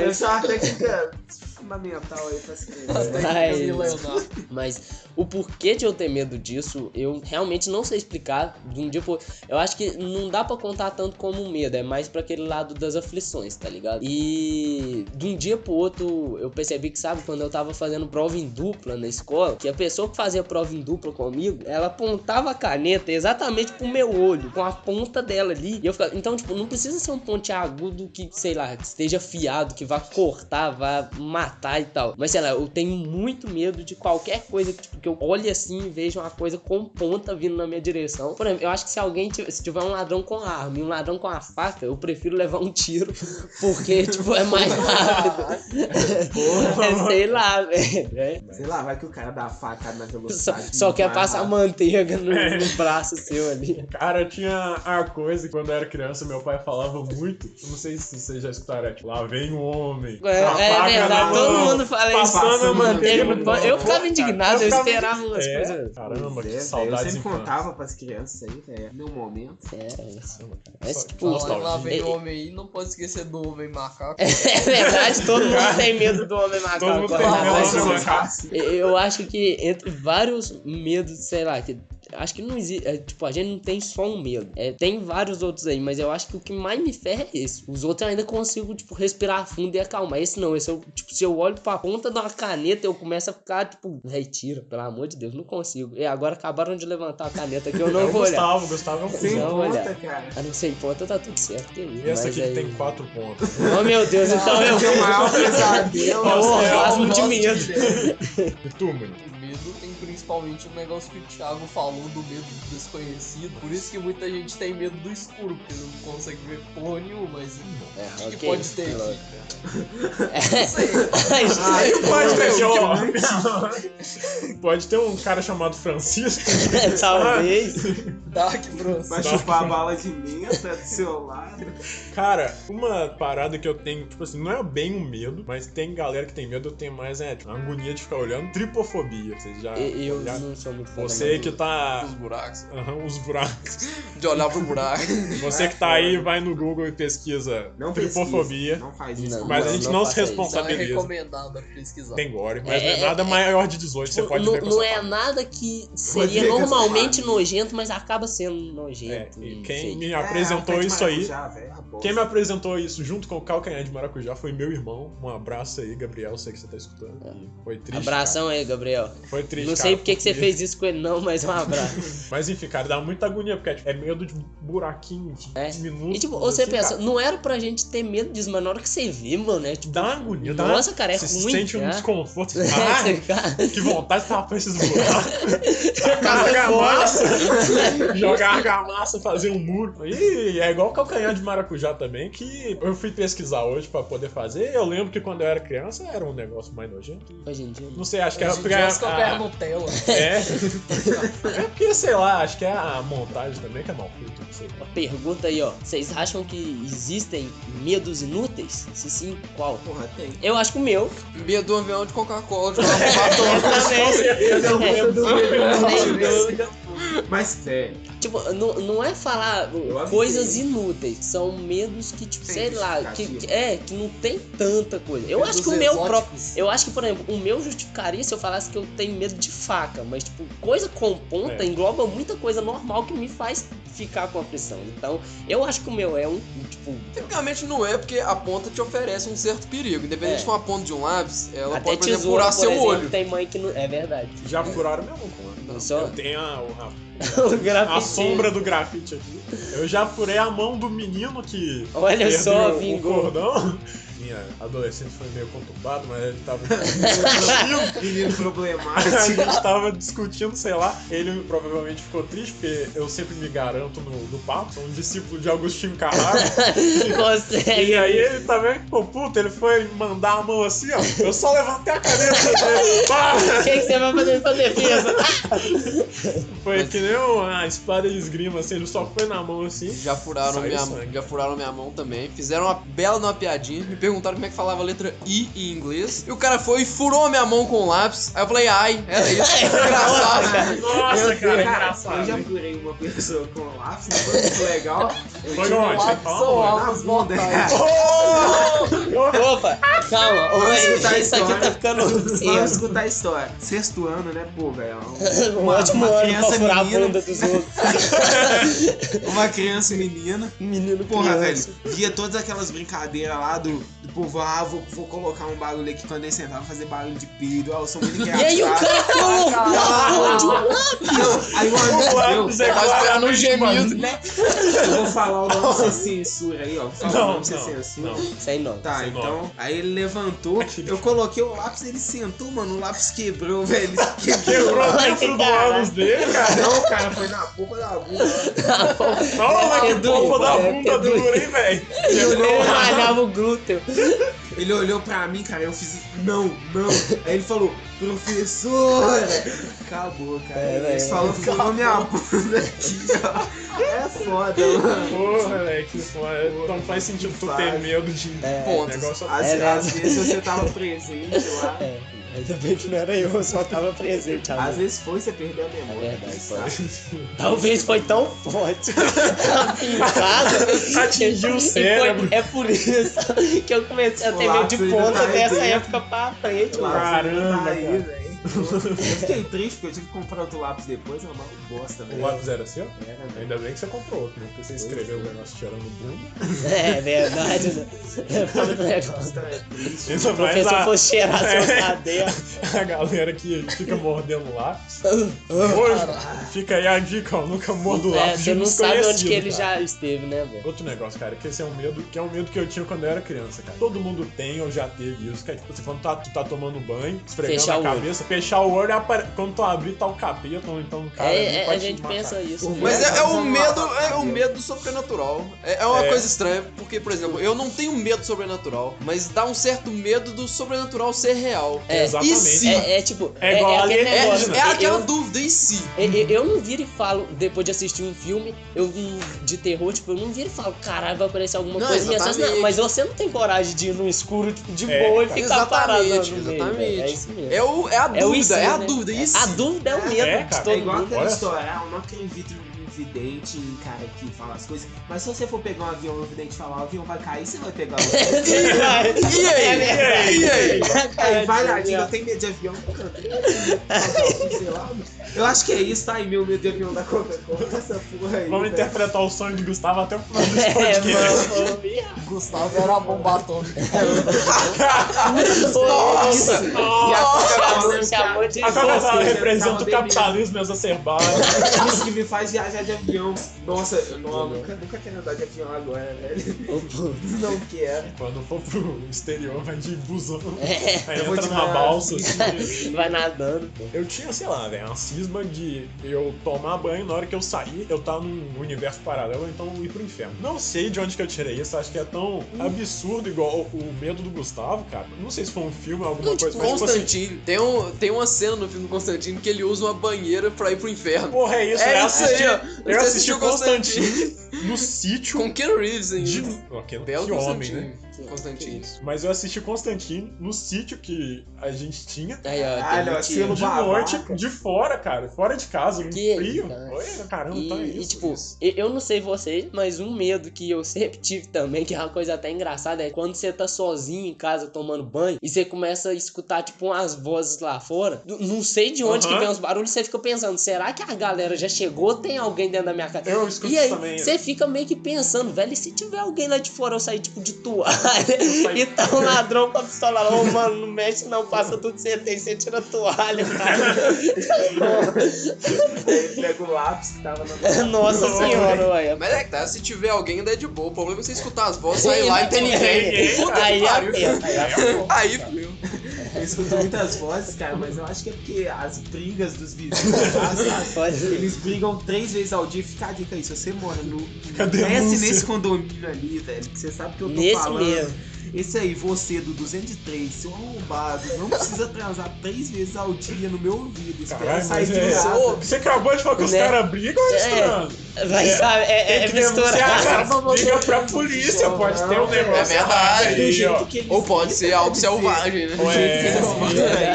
[SPEAKER 3] Essa é uma técnica é fundamental aí pra se criança.
[SPEAKER 2] Mas-
[SPEAKER 3] um
[SPEAKER 4] Camila Leonardo.
[SPEAKER 2] Mas o porquê de eu ter medo disso, eu realmente não sei explicar. De um dia pro... Eu acho que não dá pra contar tanto como um medo, é mais pra aquele lado das aflições, tá ligado? E de um dia pro outro, eu percebi que, sabe, quando eu tava fazendo prova em dupla na escola, que a pessoa que fazia prova em dupla comigo, ela apontava a caneta exatamente pro meu olho, com a ponta dela ali. E eu ficava... Então, tipo, não precisa ser um ponte agudo que, sei lá, que esteja afiado, que vá cortar, vá matar e tal. Mas sei lá, eu tenho muito medo de qualquer coisa tipo, que eu olhe assim e veja uma coisa com ponta vindo na minha direção. Por exemplo, eu acho que se alguém tiver, se tiver um ladrão com arma e um ladrão com a faca, eu prefiro levar um tiro, porque, tipo, é mais rápido. É, sei lá, velho. É.
[SPEAKER 3] Sei lá, vai que o cara dá a faca na
[SPEAKER 2] Só,
[SPEAKER 3] velocidade.
[SPEAKER 2] só quer
[SPEAKER 3] vai
[SPEAKER 2] passar
[SPEAKER 3] rápido.
[SPEAKER 2] manteiga no, no braço seu ali.
[SPEAKER 1] Cara, tinha a coisa que quando eu era criança, meu pai falava muito. Eu não sei se vocês já escutaram, é, tipo, lá vem o homem.
[SPEAKER 2] É,
[SPEAKER 1] com a
[SPEAKER 2] é
[SPEAKER 1] faca na
[SPEAKER 2] verdade,
[SPEAKER 1] mão,
[SPEAKER 2] todo mundo fala isso.
[SPEAKER 1] Passando a
[SPEAKER 3] Passando
[SPEAKER 1] manteiga
[SPEAKER 3] manteiga
[SPEAKER 1] no
[SPEAKER 3] no
[SPEAKER 1] pão.
[SPEAKER 3] pão.
[SPEAKER 2] Eu ficava indignado, eu
[SPEAKER 1] ficava-
[SPEAKER 2] esperava umas
[SPEAKER 1] É,
[SPEAKER 2] coisas.
[SPEAKER 1] Caramba,
[SPEAKER 3] Pois é,
[SPEAKER 1] que
[SPEAKER 3] velho, Eu
[SPEAKER 1] saudades
[SPEAKER 3] sempre
[SPEAKER 1] infância.
[SPEAKER 3] contava pras crianças aí, velho. Meu momento.
[SPEAKER 2] É,
[SPEAKER 1] Só-
[SPEAKER 2] Parece que, pô,
[SPEAKER 1] nostalgia. É.
[SPEAKER 4] Falando lá vem
[SPEAKER 2] Ele-
[SPEAKER 4] o homem aí, não pode esquecer do homem macaco.
[SPEAKER 2] É verdade, todo mundo tem medo do homem macaco.
[SPEAKER 1] Todo mundo tem
[SPEAKER 2] agora.
[SPEAKER 1] medo
[SPEAKER 2] Mas,
[SPEAKER 1] do homem
[SPEAKER 2] assim, Eu acho que entre vários medos, sei lá, que acho que não existe. é, tipo, a gente não tem só um medo. É, tem vários outros aí, mas eu acho que o que mais me ferra é esse. Os outros eu ainda consigo, tipo, respirar fundo e acalmar. Esse não, esse eu, tipo, se eu olho pra ponta de uma caneta, eu começo a ficar, tipo, véi, tira, pelo amor de Deus, não consigo. E agora acabaram de levantar a caneta que eu
[SPEAKER 1] É
[SPEAKER 2] não
[SPEAKER 1] o
[SPEAKER 2] vou olhar.
[SPEAKER 1] Gustavo, o Gustavo é um
[SPEAKER 3] Sem
[SPEAKER 2] Não,
[SPEAKER 3] conta,
[SPEAKER 2] olha.
[SPEAKER 3] cara.
[SPEAKER 2] A não ser em ponta, tá tudo certo. Que isso,
[SPEAKER 1] E essa
[SPEAKER 2] mas
[SPEAKER 1] aqui
[SPEAKER 2] aí-
[SPEAKER 1] que tem quatro pontos.
[SPEAKER 2] Oh, meu Deus, então eu.
[SPEAKER 3] Esse é o maior pesadelo.
[SPEAKER 2] Ô,
[SPEAKER 1] Nossa, é
[SPEAKER 2] orgasmo de
[SPEAKER 4] nosso
[SPEAKER 2] medo.
[SPEAKER 1] E tu, mano?
[SPEAKER 4] O medo tem principalmente o negócio que o Thiago falou do medo do desconhecido. Por isso que muita gente tem medo do escuro, porque não consegue ver porra nenhuma, mas o que, que
[SPEAKER 2] É, ok,
[SPEAKER 4] pode ter aqui?
[SPEAKER 2] lógico.
[SPEAKER 4] Não sei.
[SPEAKER 2] Ai,
[SPEAKER 1] Pode ter,
[SPEAKER 4] Meu
[SPEAKER 1] ó. Pode ter um cara chamado Francisco.
[SPEAKER 2] Talvez.
[SPEAKER 4] Dark Bros.
[SPEAKER 3] Vai chupar a bala de menta do seu lado.
[SPEAKER 1] Cara, uma parada que eu tenho, tipo assim, não é bem um medo, mas tem galera que tem medo, eu tenho mais é tipo, a agonia de ficar olhando. Tripofobia, vocês já.
[SPEAKER 2] E- Eu
[SPEAKER 1] já-
[SPEAKER 2] não sou muito fã
[SPEAKER 1] Você
[SPEAKER 2] da
[SPEAKER 1] que
[SPEAKER 2] Madonna.
[SPEAKER 1] tá.
[SPEAKER 4] Os buracos.
[SPEAKER 1] Aham, os buracos.
[SPEAKER 4] ah, De olhar pro buraco.
[SPEAKER 1] Você que
[SPEAKER 2] Ah,
[SPEAKER 1] tá aí, vai no Google e pesquisa
[SPEAKER 3] Não
[SPEAKER 1] tripofobia.
[SPEAKER 3] pesquisa, Não faz isso.
[SPEAKER 2] Não,
[SPEAKER 1] Mas a
[SPEAKER 2] não,
[SPEAKER 1] gente
[SPEAKER 2] não
[SPEAKER 1] não, se
[SPEAKER 2] faça isso.
[SPEAKER 4] Não é
[SPEAKER 1] responsabiliza.
[SPEAKER 4] recomendado a pesquisar.
[SPEAKER 1] Tem gore, mas
[SPEAKER 2] É,
[SPEAKER 1] não é
[SPEAKER 2] é,
[SPEAKER 1] nada
[SPEAKER 2] é.
[SPEAKER 1] maior de 18, você
[SPEAKER 2] Tipo,
[SPEAKER 1] pode
[SPEAKER 2] não,
[SPEAKER 1] ver com
[SPEAKER 2] não
[SPEAKER 1] essa
[SPEAKER 2] é
[SPEAKER 1] parte.
[SPEAKER 2] nada que
[SPEAKER 3] ver
[SPEAKER 2] seria
[SPEAKER 3] com essa
[SPEAKER 2] normalmente
[SPEAKER 3] faca.
[SPEAKER 2] nojento, mas acaba sendo
[SPEAKER 1] É,
[SPEAKER 2] nojento.
[SPEAKER 1] e
[SPEAKER 2] não
[SPEAKER 1] quem
[SPEAKER 2] sei.
[SPEAKER 1] me apresentou
[SPEAKER 3] É,
[SPEAKER 1] isso aí. Quem é me
[SPEAKER 3] me
[SPEAKER 1] apresentou isso junto com o calcanhar de maracujá foi meu irmão. Um abraço aí, Gabriel. Sei que você tá escutando.
[SPEAKER 2] É.
[SPEAKER 1] E Foi triste.
[SPEAKER 2] Abração aí, Gabriel.
[SPEAKER 1] cara. Foi triste.
[SPEAKER 2] não sei
[SPEAKER 1] cara,
[SPEAKER 2] porque que você fez isso com ele, não, mas um abraço.
[SPEAKER 1] Mas enfim, cara, dá muita agonia, porque tipo, é medo de buraquinho, de
[SPEAKER 2] É.
[SPEAKER 1] minutos.
[SPEAKER 2] E tipo, ou você
[SPEAKER 1] assim,
[SPEAKER 2] pensa,
[SPEAKER 1] cara,
[SPEAKER 2] não era pra gente ter medo disso, mas na hora que você vê, mano, é tipo.
[SPEAKER 1] dá uma agonia, dá
[SPEAKER 2] Nossa, cara, é
[SPEAKER 1] né? você
[SPEAKER 2] ruim,
[SPEAKER 1] sente um
[SPEAKER 2] né?
[SPEAKER 1] desconforto.
[SPEAKER 2] É,
[SPEAKER 1] Ai,
[SPEAKER 2] cara,
[SPEAKER 1] que vontade de tapar esses buracos. Tacar
[SPEAKER 2] Casa
[SPEAKER 1] argamassa. Jogar argamassa, fazer um muro. E é igual calcanhar de maracujá também, que eu fui pesquisar hoje pra poder fazer. Eu lembro que quando eu era criança era um negócio mais nojento.
[SPEAKER 2] Hoje em dia. né?
[SPEAKER 1] Não sei, acho que ah. era
[SPEAKER 4] Hoje em
[SPEAKER 1] porque
[SPEAKER 4] dia,
[SPEAKER 1] a-
[SPEAKER 4] os qualquer
[SPEAKER 1] a-
[SPEAKER 4] Nutella.
[SPEAKER 1] É. é porque, sei lá, acho que é a montagem também que é mal feita, não sei.
[SPEAKER 2] Pergunta aí, ó. Vocês acham que existem medos inúteis? Se sim, qual?
[SPEAKER 3] Porra, tem.
[SPEAKER 2] Eu acho que o meu.
[SPEAKER 4] Medo do avião de Coca-Cola, de uma batona.
[SPEAKER 3] Mas tem.
[SPEAKER 2] Tipo, não, não é falar
[SPEAKER 3] Eu avisei.
[SPEAKER 2] coisas inúteis, são medos que, tipo, sei
[SPEAKER 3] Sem
[SPEAKER 2] lá, que,
[SPEAKER 3] justificativa.
[SPEAKER 2] que- é, que não tem tanta coisa. Eu acho que o
[SPEAKER 4] Dos
[SPEAKER 2] meu
[SPEAKER 4] exóticos.
[SPEAKER 2] próprio. Eu acho que, por exemplo, o meu justificaria se eu falasse que eu tenho medo de faca, mas, tipo, coisa com ponta
[SPEAKER 1] É.
[SPEAKER 2] engloba muita coisa normal que me faz ficar com aflição. Então, eu acho que o meu é um, tipo,
[SPEAKER 4] Tecnicamente não é, porque a ponta te oferece um certo perigo. Independente
[SPEAKER 2] É.
[SPEAKER 4] de uma ponta de um lápis, ela
[SPEAKER 2] até
[SPEAKER 4] pode, por exemplo,
[SPEAKER 2] tesoura,
[SPEAKER 4] furar
[SPEAKER 2] por
[SPEAKER 4] seu
[SPEAKER 2] exemplo,
[SPEAKER 4] olho.
[SPEAKER 2] tem mãe que não. É verdade.
[SPEAKER 1] Já furaram meu louco, mano.
[SPEAKER 2] Só-
[SPEAKER 1] Eu tenho a, a
[SPEAKER 2] o grafiteiro.
[SPEAKER 1] A sombra do grafite aqui. Eu já furei a mão do menino que.
[SPEAKER 2] Olha
[SPEAKER 1] perdeu
[SPEAKER 2] só,
[SPEAKER 1] o
[SPEAKER 2] vingou.
[SPEAKER 1] cordão. Minha adolescência foi meio conturbada, mas ele tava.
[SPEAKER 3] Menino problemático.
[SPEAKER 1] a gente tava discutindo, sei lá. Ele provavelmente ficou triste, porque eu sempre me garanto no, no papo. Sou um discípulo de Agostinho Carraro.
[SPEAKER 2] Consegue.
[SPEAKER 1] E aí ele também ficou puto, ele foi mandar a mão assim, ó. Eu só levantei a cabeça dele. pá!
[SPEAKER 2] O que, que você vai fazer pra defesa?
[SPEAKER 1] Foi
[SPEAKER 4] Mas-
[SPEAKER 1] que nem uma espada de esgrima, assim, ele só foi na mão assim.
[SPEAKER 4] Já furaram,
[SPEAKER 1] Saiu
[SPEAKER 4] minha,
[SPEAKER 1] sangue.
[SPEAKER 4] já furaram minha mão também. Fizeram uma bela numa piadinha. Me perguntaram como é que falava a letra I em inglês. E o cara foi e furou a minha mão com o lápis. Aí eu falei, ai, era isso. Engraçado.
[SPEAKER 1] Nossa, cara,
[SPEAKER 3] eu
[SPEAKER 1] engraçado.
[SPEAKER 3] já furei uma pessoa com lápis, não foi muito legal. Eu
[SPEAKER 1] Foi
[SPEAKER 3] tinha um
[SPEAKER 1] onde?
[SPEAKER 3] lápis
[SPEAKER 1] Fala,
[SPEAKER 3] só
[SPEAKER 1] mano.
[SPEAKER 3] na bunda. É,
[SPEAKER 2] Oh! Opa, calma.
[SPEAKER 3] Vamos
[SPEAKER 2] Oi,
[SPEAKER 3] escutar a
[SPEAKER 2] isso aqui tá
[SPEAKER 3] história.
[SPEAKER 2] ficando
[SPEAKER 3] Vamos
[SPEAKER 2] tenso.
[SPEAKER 3] escutar a história. Sexto ano, né, pô, velho?
[SPEAKER 2] Um ótimo ano pra
[SPEAKER 3] criança
[SPEAKER 2] furar a
[SPEAKER 3] menina.
[SPEAKER 2] bunda dos outros.
[SPEAKER 3] Uma criança menina.
[SPEAKER 2] Menino
[SPEAKER 5] Porra,
[SPEAKER 2] criança.
[SPEAKER 5] velho, via todas aquelas brincadeiras lá do, do povo, ah, vou, vou colocar um barulho aqui quando ele sentar, fazer barulho de peido, ah, eu sou muito engraçado.
[SPEAKER 2] E aí o cara ah, colocou onde?
[SPEAKER 3] Não, aí o
[SPEAKER 1] O
[SPEAKER 3] amigo
[SPEAKER 1] lápis
[SPEAKER 3] meu,
[SPEAKER 1] é
[SPEAKER 4] Mas pra não
[SPEAKER 1] claramente
[SPEAKER 4] gemido.
[SPEAKER 3] eu vou falar o nome sem censura aí, ó. Vou falar o
[SPEAKER 1] Não,
[SPEAKER 3] nome sem
[SPEAKER 1] não,
[SPEAKER 3] censura.
[SPEAKER 1] não.
[SPEAKER 2] Sei não.
[SPEAKER 5] Tá,
[SPEAKER 1] Sem
[SPEAKER 5] então, aí ele levantou, eu coloquei o lápis, ele sentou, mano, o lápis quebrou, velho,
[SPEAKER 1] Quebrou
[SPEAKER 2] Ai, que
[SPEAKER 1] dentro do
[SPEAKER 2] cara.
[SPEAKER 1] ânus dele, cara.
[SPEAKER 3] Não, cara, foi na boca da bunda.
[SPEAKER 1] Nossa, que
[SPEAKER 2] doído,
[SPEAKER 1] bomba da
[SPEAKER 2] é,
[SPEAKER 1] bunda
[SPEAKER 2] é doído.
[SPEAKER 1] dura, hein, velho.
[SPEAKER 5] ele
[SPEAKER 2] Eu
[SPEAKER 5] olhou,
[SPEAKER 2] malhava o glúteo.
[SPEAKER 5] ele olhou pra mim, cara, eu fiz, não, não, aí ele falou, professora, acabou, cara,
[SPEAKER 2] É,
[SPEAKER 5] ele
[SPEAKER 2] velho.
[SPEAKER 5] falou, furou minha bunda aqui, ó.
[SPEAKER 3] É foda, mano.
[SPEAKER 1] Porra, velho, que foda. Não faz sentido tu ter
[SPEAKER 3] Faz.
[SPEAKER 1] medo de
[SPEAKER 2] É.
[SPEAKER 4] Pontos.
[SPEAKER 1] negócio
[SPEAKER 3] Às,
[SPEAKER 2] É, né?
[SPEAKER 3] às vezes você tava presente lá.
[SPEAKER 2] É, ainda bem que não era eu, eu só tava presente.
[SPEAKER 3] Às
[SPEAKER 2] amor.
[SPEAKER 3] vezes foi, você perdeu a memória.
[SPEAKER 2] É verdade,
[SPEAKER 3] sabe?
[SPEAKER 2] Talvez foi tão forte, tão pintado,
[SPEAKER 1] Atingiu o cérebro.
[SPEAKER 2] É por isso que eu comecei a ter
[SPEAKER 3] O
[SPEAKER 2] medo de
[SPEAKER 3] lápis ainda
[SPEAKER 2] ponta
[SPEAKER 3] tá aí
[SPEAKER 2] dessa
[SPEAKER 3] dentro.
[SPEAKER 2] época pra frente,
[SPEAKER 3] Lá,
[SPEAKER 2] mano.
[SPEAKER 1] Caramba,
[SPEAKER 3] você não tá
[SPEAKER 1] cara.
[SPEAKER 3] aí, velho. Eu fiquei triste porque eu tive que comprar outro lápis depois, é uma bosta,
[SPEAKER 1] O
[SPEAKER 3] velho.
[SPEAKER 1] lápis era seu?
[SPEAKER 3] Era, velho.
[SPEAKER 1] assim, Ainda bem que você comprou outro, né? Porque você escreveu o negócio tirando bunda.
[SPEAKER 2] É verdade, né? É foda do negócio.
[SPEAKER 3] É,
[SPEAKER 1] Isso
[SPEAKER 2] O
[SPEAKER 1] mais
[SPEAKER 2] professor
[SPEAKER 1] a,
[SPEAKER 2] foi cheirar
[SPEAKER 1] É.
[SPEAKER 2] seu caderno.
[SPEAKER 1] a galera que fica mordendo lápis. Hoje, fica aí a dica, ó, nunca mordo o
[SPEAKER 2] Uhum. É,
[SPEAKER 1] lápis. de
[SPEAKER 2] você não sabe onde
[SPEAKER 1] desconhecido,
[SPEAKER 2] que ele
[SPEAKER 1] cara.
[SPEAKER 2] já esteve, né, velho?
[SPEAKER 1] Outro negócio, cara, que esse é um medo, que é um medo que eu tinha quando eu era criança, cara. Todo mundo tem ou já teve isso, que é tipo, você quando tá, tu tá tomando banho, esfregando
[SPEAKER 2] Fechar
[SPEAKER 1] a
[SPEAKER 2] o olho.
[SPEAKER 1] cabeça, fechar o olho, apare- quando tu abrir, tá o capeta, ou então o cara ali
[SPEAKER 2] É, é,
[SPEAKER 1] pode
[SPEAKER 2] a
[SPEAKER 1] te
[SPEAKER 2] gente
[SPEAKER 1] matar.
[SPEAKER 2] pensa isso.
[SPEAKER 3] Por
[SPEAKER 4] Mas
[SPEAKER 2] né?
[SPEAKER 4] é, é o medo, é o medo sobrenatural. É, é uma
[SPEAKER 1] É.
[SPEAKER 4] coisa estranha, porque, por exemplo, eu não tenho medo sobrenatural, mas dá um certo medo do sobrenatural ser real.
[SPEAKER 2] É,
[SPEAKER 1] Exatamente.
[SPEAKER 4] E se?
[SPEAKER 2] É, é tipo,
[SPEAKER 1] É igual a
[SPEAKER 4] É,
[SPEAKER 1] alienígena.
[SPEAKER 2] negócio, né?
[SPEAKER 4] é aquela
[SPEAKER 2] eu-
[SPEAKER 4] dúvida em si.
[SPEAKER 2] Eu, eu- eu não viro e falo, depois de assistir um filme, eu vi de terror, tipo, eu não viro e falo, caralho, vai aparecer alguma
[SPEAKER 4] Não,
[SPEAKER 2] coisa. me assusta."
[SPEAKER 4] exatamente.
[SPEAKER 2] Não, mas você não tem coragem de ir no escuro, tipo, de
[SPEAKER 1] É,
[SPEAKER 2] boa e
[SPEAKER 1] cara.
[SPEAKER 2] ficar parado lá no
[SPEAKER 4] Exatamente,
[SPEAKER 2] meio,
[SPEAKER 4] exatamente.
[SPEAKER 2] velho. É isso mesmo.
[SPEAKER 4] É, o, é a
[SPEAKER 2] É o
[SPEAKER 4] dúvida,
[SPEAKER 2] e se,
[SPEAKER 4] é a
[SPEAKER 2] né?
[SPEAKER 4] dúvida, e se?
[SPEAKER 2] A dúvida é o medo
[SPEAKER 1] É,
[SPEAKER 2] de
[SPEAKER 1] cara.
[SPEAKER 2] todo
[SPEAKER 3] É igual
[SPEAKER 2] mundo.
[SPEAKER 1] Olha
[SPEAKER 3] aquela
[SPEAKER 1] só.
[SPEAKER 3] história, ah, eu não acredito em vidente, em cara que fala as coisas. Mas se você for pegar um avião e o vidente falar, o avião vai cair, você vai pegar o avião.
[SPEAKER 4] E
[SPEAKER 1] É,
[SPEAKER 4] aí? E aí?
[SPEAKER 3] Aí É, vai lá, diga, eu tenho medo de avião, Coca-Cola, sei lá. Eu acho que é isso, tá aí meu medo de avião da Coca-Cola, essa porra aí.
[SPEAKER 1] Vamos
[SPEAKER 3] velho.
[SPEAKER 1] interpretar o sonho de Gustavo até o final do
[SPEAKER 2] É,
[SPEAKER 1] podcast.
[SPEAKER 2] mano,
[SPEAKER 4] Gustavo
[SPEAKER 1] é
[SPEAKER 4] era uma bomba atômica.
[SPEAKER 2] Nossa!
[SPEAKER 4] Nossa!
[SPEAKER 3] E a
[SPEAKER 2] Você
[SPEAKER 3] Coca-Cola,
[SPEAKER 2] me
[SPEAKER 3] cara,
[SPEAKER 2] chamou de
[SPEAKER 1] A
[SPEAKER 2] louco.
[SPEAKER 1] Coca-Cola
[SPEAKER 3] Nossa,
[SPEAKER 1] representa
[SPEAKER 3] tava
[SPEAKER 1] o
[SPEAKER 3] bebendo.
[SPEAKER 1] capitalismo exacerbado.
[SPEAKER 3] É Isso que me faz viajar de avião. Nossa, eu não, nunca, nunca quero andar de avião agora, velho. Não é. quero.
[SPEAKER 1] Quando for pro exterior, vai de busão.
[SPEAKER 2] É,
[SPEAKER 1] Aí
[SPEAKER 3] Eu vou
[SPEAKER 1] entra
[SPEAKER 3] de
[SPEAKER 1] numa
[SPEAKER 3] nada.
[SPEAKER 1] balsa. assim.
[SPEAKER 2] vai nadando. pô.
[SPEAKER 1] Eu tinha, sei lá, velho, uma cisma de eu tomar banho na hora que eu sair, eu tá num universo paralelo, ou então ir pro inferno. Não sei de onde que eu tirei isso, acho que é tão
[SPEAKER 4] Hum.
[SPEAKER 1] absurdo igual o, o medo do Gustavo, cara. Não sei se foi um filme, alguma
[SPEAKER 4] Não,
[SPEAKER 1] coisa,
[SPEAKER 4] tipo,
[SPEAKER 1] mas tipo assim,
[SPEAKER 4] Constantine. Tem, um, tem uma cena no filme do Constantine que ele usa uma banheira pra ir pro inferno.
[SPEAKER 1] porra, é isso,
[SPEAKER 4] É
[SPEAKER 1] eu
[SPEAKER 4] isso
[SPEAKER 1] assisti-
[SPEAKER 4] aí, ó.
[SPEAKER 1] Eu
[SPEAKER 4] Você
[SPEAKER 1] assisti
[SPEAKER 4] assistiu
[SPEAKER 1] o Constantine no sítio
[SPEAKER 4] Com Ken Reeves ainda.
[SPEAKER 1] de. Ó, que,
[SPEAKER 4] Belo
[SPEAKER 1] que homem,
[SPEAKER 4] Constantine.
[SPEAKER 1] né?
[SPEAKER 4] Constantine.
[SPEAKER 1] Mas eu assisti Constantine no sítio que a gente tinha.
[SPEAKER 2] Aí, ó,
[SPEAKER 3] Caralho,
[SPEAKER 2] tem
[SPEAKER 3] ó,
[SPEAKER 2] motivo.
[SPEAKER 3] selo
[SPEAKER 1] De
[SPEAKER 3] Babaca.
[SPEAKER 1] noite, de fora, cara. Fora de casa, no
[SPEAKER 2] Que
[SPEAKER 1] frio.
[SPEAKER 2] isso, cara.
[SPEAKER 1] Olha, caramba,
[SPEAKER 2] E,
[SPEAKER 1] tá
[SPEAKER 2] e,
[SPEAKER 1] isso.
[SPEAKER 2] tipo,
[SPEAKER 1] isso.
[SPEAKER 2] e- eu não sei vocês, mas um medo que eu sempre tive também, que é uma coisa até engraçada, é quando você tá sozinho em casa tomando banho e você começa a escutar, tipo, umas vozes lá fora. do- Não sei de onde que
[SPEAKER 1] Aham.
[SPEAKER 2] vem os barulhos, você fica pensando, será que a galera já chegou? Tem alguém dentro da minha casa.
[SPEAKER 1] Eu escuto
[SPEAKER 2] E aí,
[SPEAKER 1] isso também. né?
[SPEAKER 2] você fica meio que pensando, velho, e se tiver alguém lá de fora, eu sair tipo de toalha e
[SPEAKER 1] saio-
[SPEAKER 2] tá um ladrão com a pistola lá, ô mano, não mexe não, passa tudo que você tem, você tira a toalha, cara.
[SPEAKER 3] Ele pega o lápis que tava na
[SPEAKER 2] Nossa senhora, ué.
[SPEAKER 4] Mas é que tá, se tiver alguém, ainda é de boa. O problema é você escutar as vozes, sair
[SPEAKER 1] né?
[SPEAKER 4] lá e não tem
[SPEAKER 1] ninguém.
[SPEAKER 2] É,
[SPEAKER 4] ninguém. Puta
[SPEAKER 2] Aí
[SPEAKER 4] que pariu.
[SPEAKER 2] aperta, aí
[SPEAKER 1] É
[SPEAKER 2] aperta.
[SPEAKER 4] Aí, fudeu.
[SPEAKER 3] Eu escuto muitas vozes, cara, mas eu acho que é porque as brigas dos vizinhos lá, sabe?
[SPEAKER 2] Pode ir.
[SPEAKER 3] Eles brigam três vezes ao dia. Fica a dica aí, se você mora no.
[SPEAKER 1] Cadê
[SPEAKER 3] Desce nesse condomínio ali, velho, que você sabe que eu tô
[SPEAKER 2] Nesse
[SPEAKER 3] falando.
[SPEAKER 2] mesmo.
[SPEAKER 3] Esse aí, você do 203, seu arrombado, não precisa transar três vezes ao dia no meu ouvido. Espera
[SPEAKER 1] Caralho,
[SPEAKER 3] sair
[SPEAKER 1] mas
[SPEAKER 3] de
[SPEAKER 1] é-
[SPEAKER 3] casa.
[SPEAKER 1] Você acabou de falar que os
[SPEAKER 2] Né?
[SPEAKER 1] caras brigam ou eles
[SPEAKER 2] É.
[SPEAKER 1] transam?
[SPEAKER 2] Vai,
[SPEAKER 1] É,
[SPEAKER 2] sabe, é, é,
[SPEAKER 1] Tem
[SPEAKER 2] é
[SPEAKER 1] que denunciar,
[SPEAKER 2] misturar.
[SPEAKER 1] Liga pra polícia, pode ter um
[SPEAKER 4] É
[SPEAKER 1] negócio.
[SPEAKER 4] verdade.
[SPEAKER 1] aí,
[SPEAKER 3] Do jeito
[SPEAKER 1] ó.
[SPEAKER 3] que eles né?
[SPEAKER 4] Ou pode ser algo
[SPEAKER 3] Pode ser.
[SPEAKER 4] selvagem, né?
[SPEAKER 1] Ué.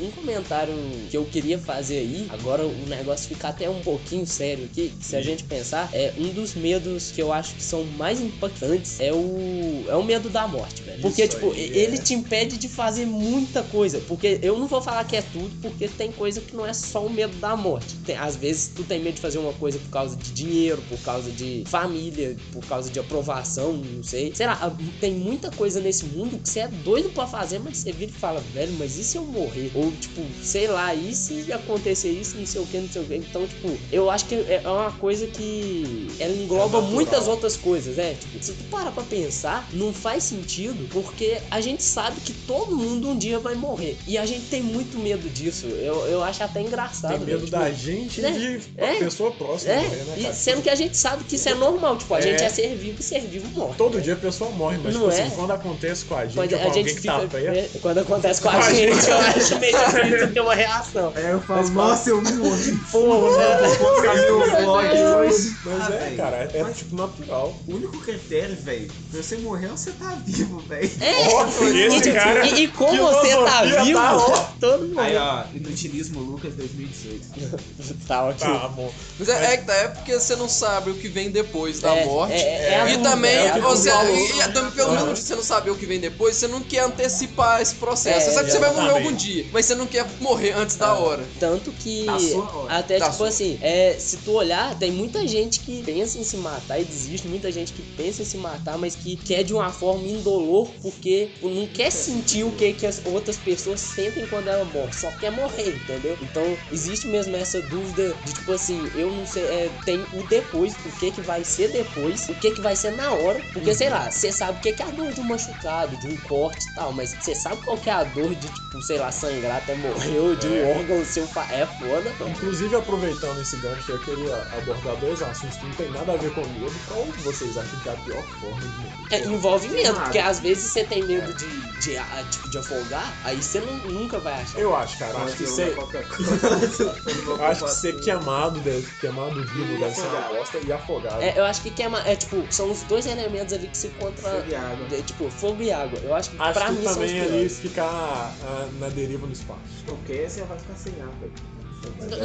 [SPEAKER 2] E um comentário que eu queria fazer aí, agora o negócio fica até um pouquinho sério aqui, que se a gente pensar, é um dos medos que eu acho que são mais impactantes é o é o medo da morte, velho. Porque
[SPEAKER 1] Isso
[SPEAKER 2] tipo,
[SPEAKER 1] aí, é.
[SPEAKER 2] e- ele te impede de fazer muita coisa, porque eu não vou falar que é tudo, porque tem coisa que não é só o medo da morte. Tem- às vezes tu tem medo de fazer uma coisa por causa de dinheiro, por causa de família, por causa de aprovação, não sei. Sei lá, tem muita coisa nesse mundo que você é doido pra fazer, mas você vira e fala, velho, mas e se eu morrer? Ou, tipo, sei lá, e se acontecer isso, não sei o que, não sei o que. Então, tipo, eu acho que é é uma coisa que ela engloba
[SPEAKER 1] É natural.
[SPEAKER 2] muitas outras coisas, né? Tipo, se tu parar pra pensar, não faz sentido, porque a gente sabe que todo mundo um dia vai morrer. E a gente tem muito medo disso. Eu, eu acho até engraçado.
[SPEAKER 1] Tem
[SPEAKER 2] velho.
[SPEAKER 1] medo
[SPEAKER 2] Tipo,
[SPEAKER 1] da gente
[SPEAKER 2] né?
[SPEAKER 1] e de
[SPEAKER 2] É.
[SPEAKER 1] pessoa próxima. morrer, né,
[SPEAKER 2] é, e
[SPEAKER 1] cara?
[SPEAKER 2] sendo que a gente sabe que isso é normal, tipo, a
[SPEAKER 1] É.
[SPEAKER 2] gente é ser vivo e ser vivo morre.
[SPEAKER 1] Todo dia a pessoa morre, mas
[SPEAKER 2] Não
[SPEAKER 1] tipo
[SPEAKER 2] é?
[SPEAKER 1] assim, quando acontece com a gente,
[SPEAKER 2] Quando
[SPEAKER 1] ou com
[SPEAKER 2] a
[SPEAKER 1] alguém
[SPEAKER 2] gente
[SPEAKER 1] que
[SPEAKER 2] fica.
[SPEAKER 1] tá perto,
[SPEAKER 2] é, quando acontece com a,
[SPEAKER 1] Com a
[SPEAKER 2] gente,
[SPEAKER 1] gente.
[SPEAKER 2] eu acho meio difícil ter uma reação.
[SPEAKER 3] Aí eu
[SPEAKER 1] Mas
[SPEAKER 3] falo,
[SPEAKER 1] fala-
[SPEAKER 3] nossa, eu morri.
[SPEAKER 2] Pô, né?
[SPEAKER 3] Vou postar meu vlog hoje.
[SPEAKER 1] Mas
[SPEAKER 3] Ah,
[SPEAKER 1] é,
[SPEAKER 3] velho.
[SPEAKER 1] cara, é
[SPEAKER 3] Mas-
[SPEAKER 1] tipo natural.
[SPEAKER 3] O único critério, velho, pra você morrer é você tá vivo, velho.
[SPEAKER 1] Óbvio,
[SPEAKER 2] E,
[SPEAKER 1] esse
[SPEAKER 2] tipo,
[SPEAKER 1] cara.
[SPEAKER 2] e, e como você
[SPEAKER 1] filosofia
[SPEAKER 2] tá
[SPEAKER 1] tá
[SPEAKER 2] vivo,
[SPEAKER 1] ó.
[SPEAKER 2] todo mundo.
[SPEAKER 3] Aí, ó, inutilismo Lucas 2018.
[SPEAKER 2] Tá ótimo.
[SPEAKER 1] Tá bom.
[SPEAKER 4] Mas é, é que tá, é porque você não sabe o que vem depois da
[SPEAKER 2] É,
[SPEAKER 4] Tá morte.
[SPEAKER 2] é- é a
[SPEAKER 4] e
[SPEAKER 2] dúvida,
[SPEAKER 4] também,
[SPEAKER 2] é a dúvida.
[SPEAKER 4] você,
[SPEAKER 1] falou.
[SPEAKER 4] e, e também, pelo
[SPEAKER 1] Aham.
[SPEAKER 4] menos de você não saber o que vem depois, você não quer antecipar esse processo.
[SPEAKER 2] É,
[SPEAKER 4] você sabe que você vai morrer
[SPEAKER 1] exatamente.
[SPEAKER 4] algum dia, mas você não quer morrer antes da hora.
[SPEAKER 2] Tanto que.
[SPEAKER 3] Tá sua hora.
[SPEAKER 2] Até
[SPEAKER 4] Tá
[SPEAKER 2] tipo
[SPEAKER 4] sua.
[SPEAKER 2] assim, é, se tu olhar, tem muita gente que pensa em se matar e desiste, muita gente que pensa em se matar, mas que quer de uma forma indolor, porque tipo, não quer sentir o que, que as outras pessoas sentem quando ela morre, só quer morrer, entendeu? Então existe mesmo essa dúvida de tipo assim, eu não sei, é, tem o depois, o que que vai ser depois, o que que vai ser na hora, porque sei lá, você sabe o que que é a dor de um machucado, de um corte e tal, mas você sabe qual que é a dor de tipo, sei lá, sangrar até morrer ou de um
[SPEAKER 1] É.
[SPEAKER 2] órgão seu, fa- é foda, mano.
[SPEAKER 1] Então, Inclusive, aproveitando esse gancho, eu queria abordar dois assuntos que não tem nada a ver com o medo. Qual vocês acham que é a pior forma de morrer?
[SPEAKER 2] É, envolve medo,
[SPEAKER 3] Claro.
[SPEAKER 2] porque às vezes você tem medo de, de, ah, tipo, de afogar, aí você nu- nunca vai achar.
[SPEAKER 1] Eu acho, cara.
[SPEAKER 3] Fala
[SPEAKER 1] acho que
[SPEAKER 3] eu
[SPEAKER 1] ser,
[SPEAKER 3] não Coca-Cola.
[SPEAKER 1] acho que ser queimado, deve- queimado vivo deve ser uma bosta e afogado.
[SPEAKER 2] É, eu acho que queima, é tipo, são os dois elementos ali que se contra.
[SPEAKER 3] Fogo e água.
[SPEAKER 2] de- tipo, fogo e água. Eu acho que
[SPEAKER 1] Acho
[SPEAKER 2] pra
[SPEAKER 1] que
[SPEAKER 2] mim são os
[SPEAKER 1] também ali
[SPEAKER 2] piores.
[SPEAKER 1] ficar ah, na deriva no espaço.
[SPEAKER 3] Porque você vai ficar sem água.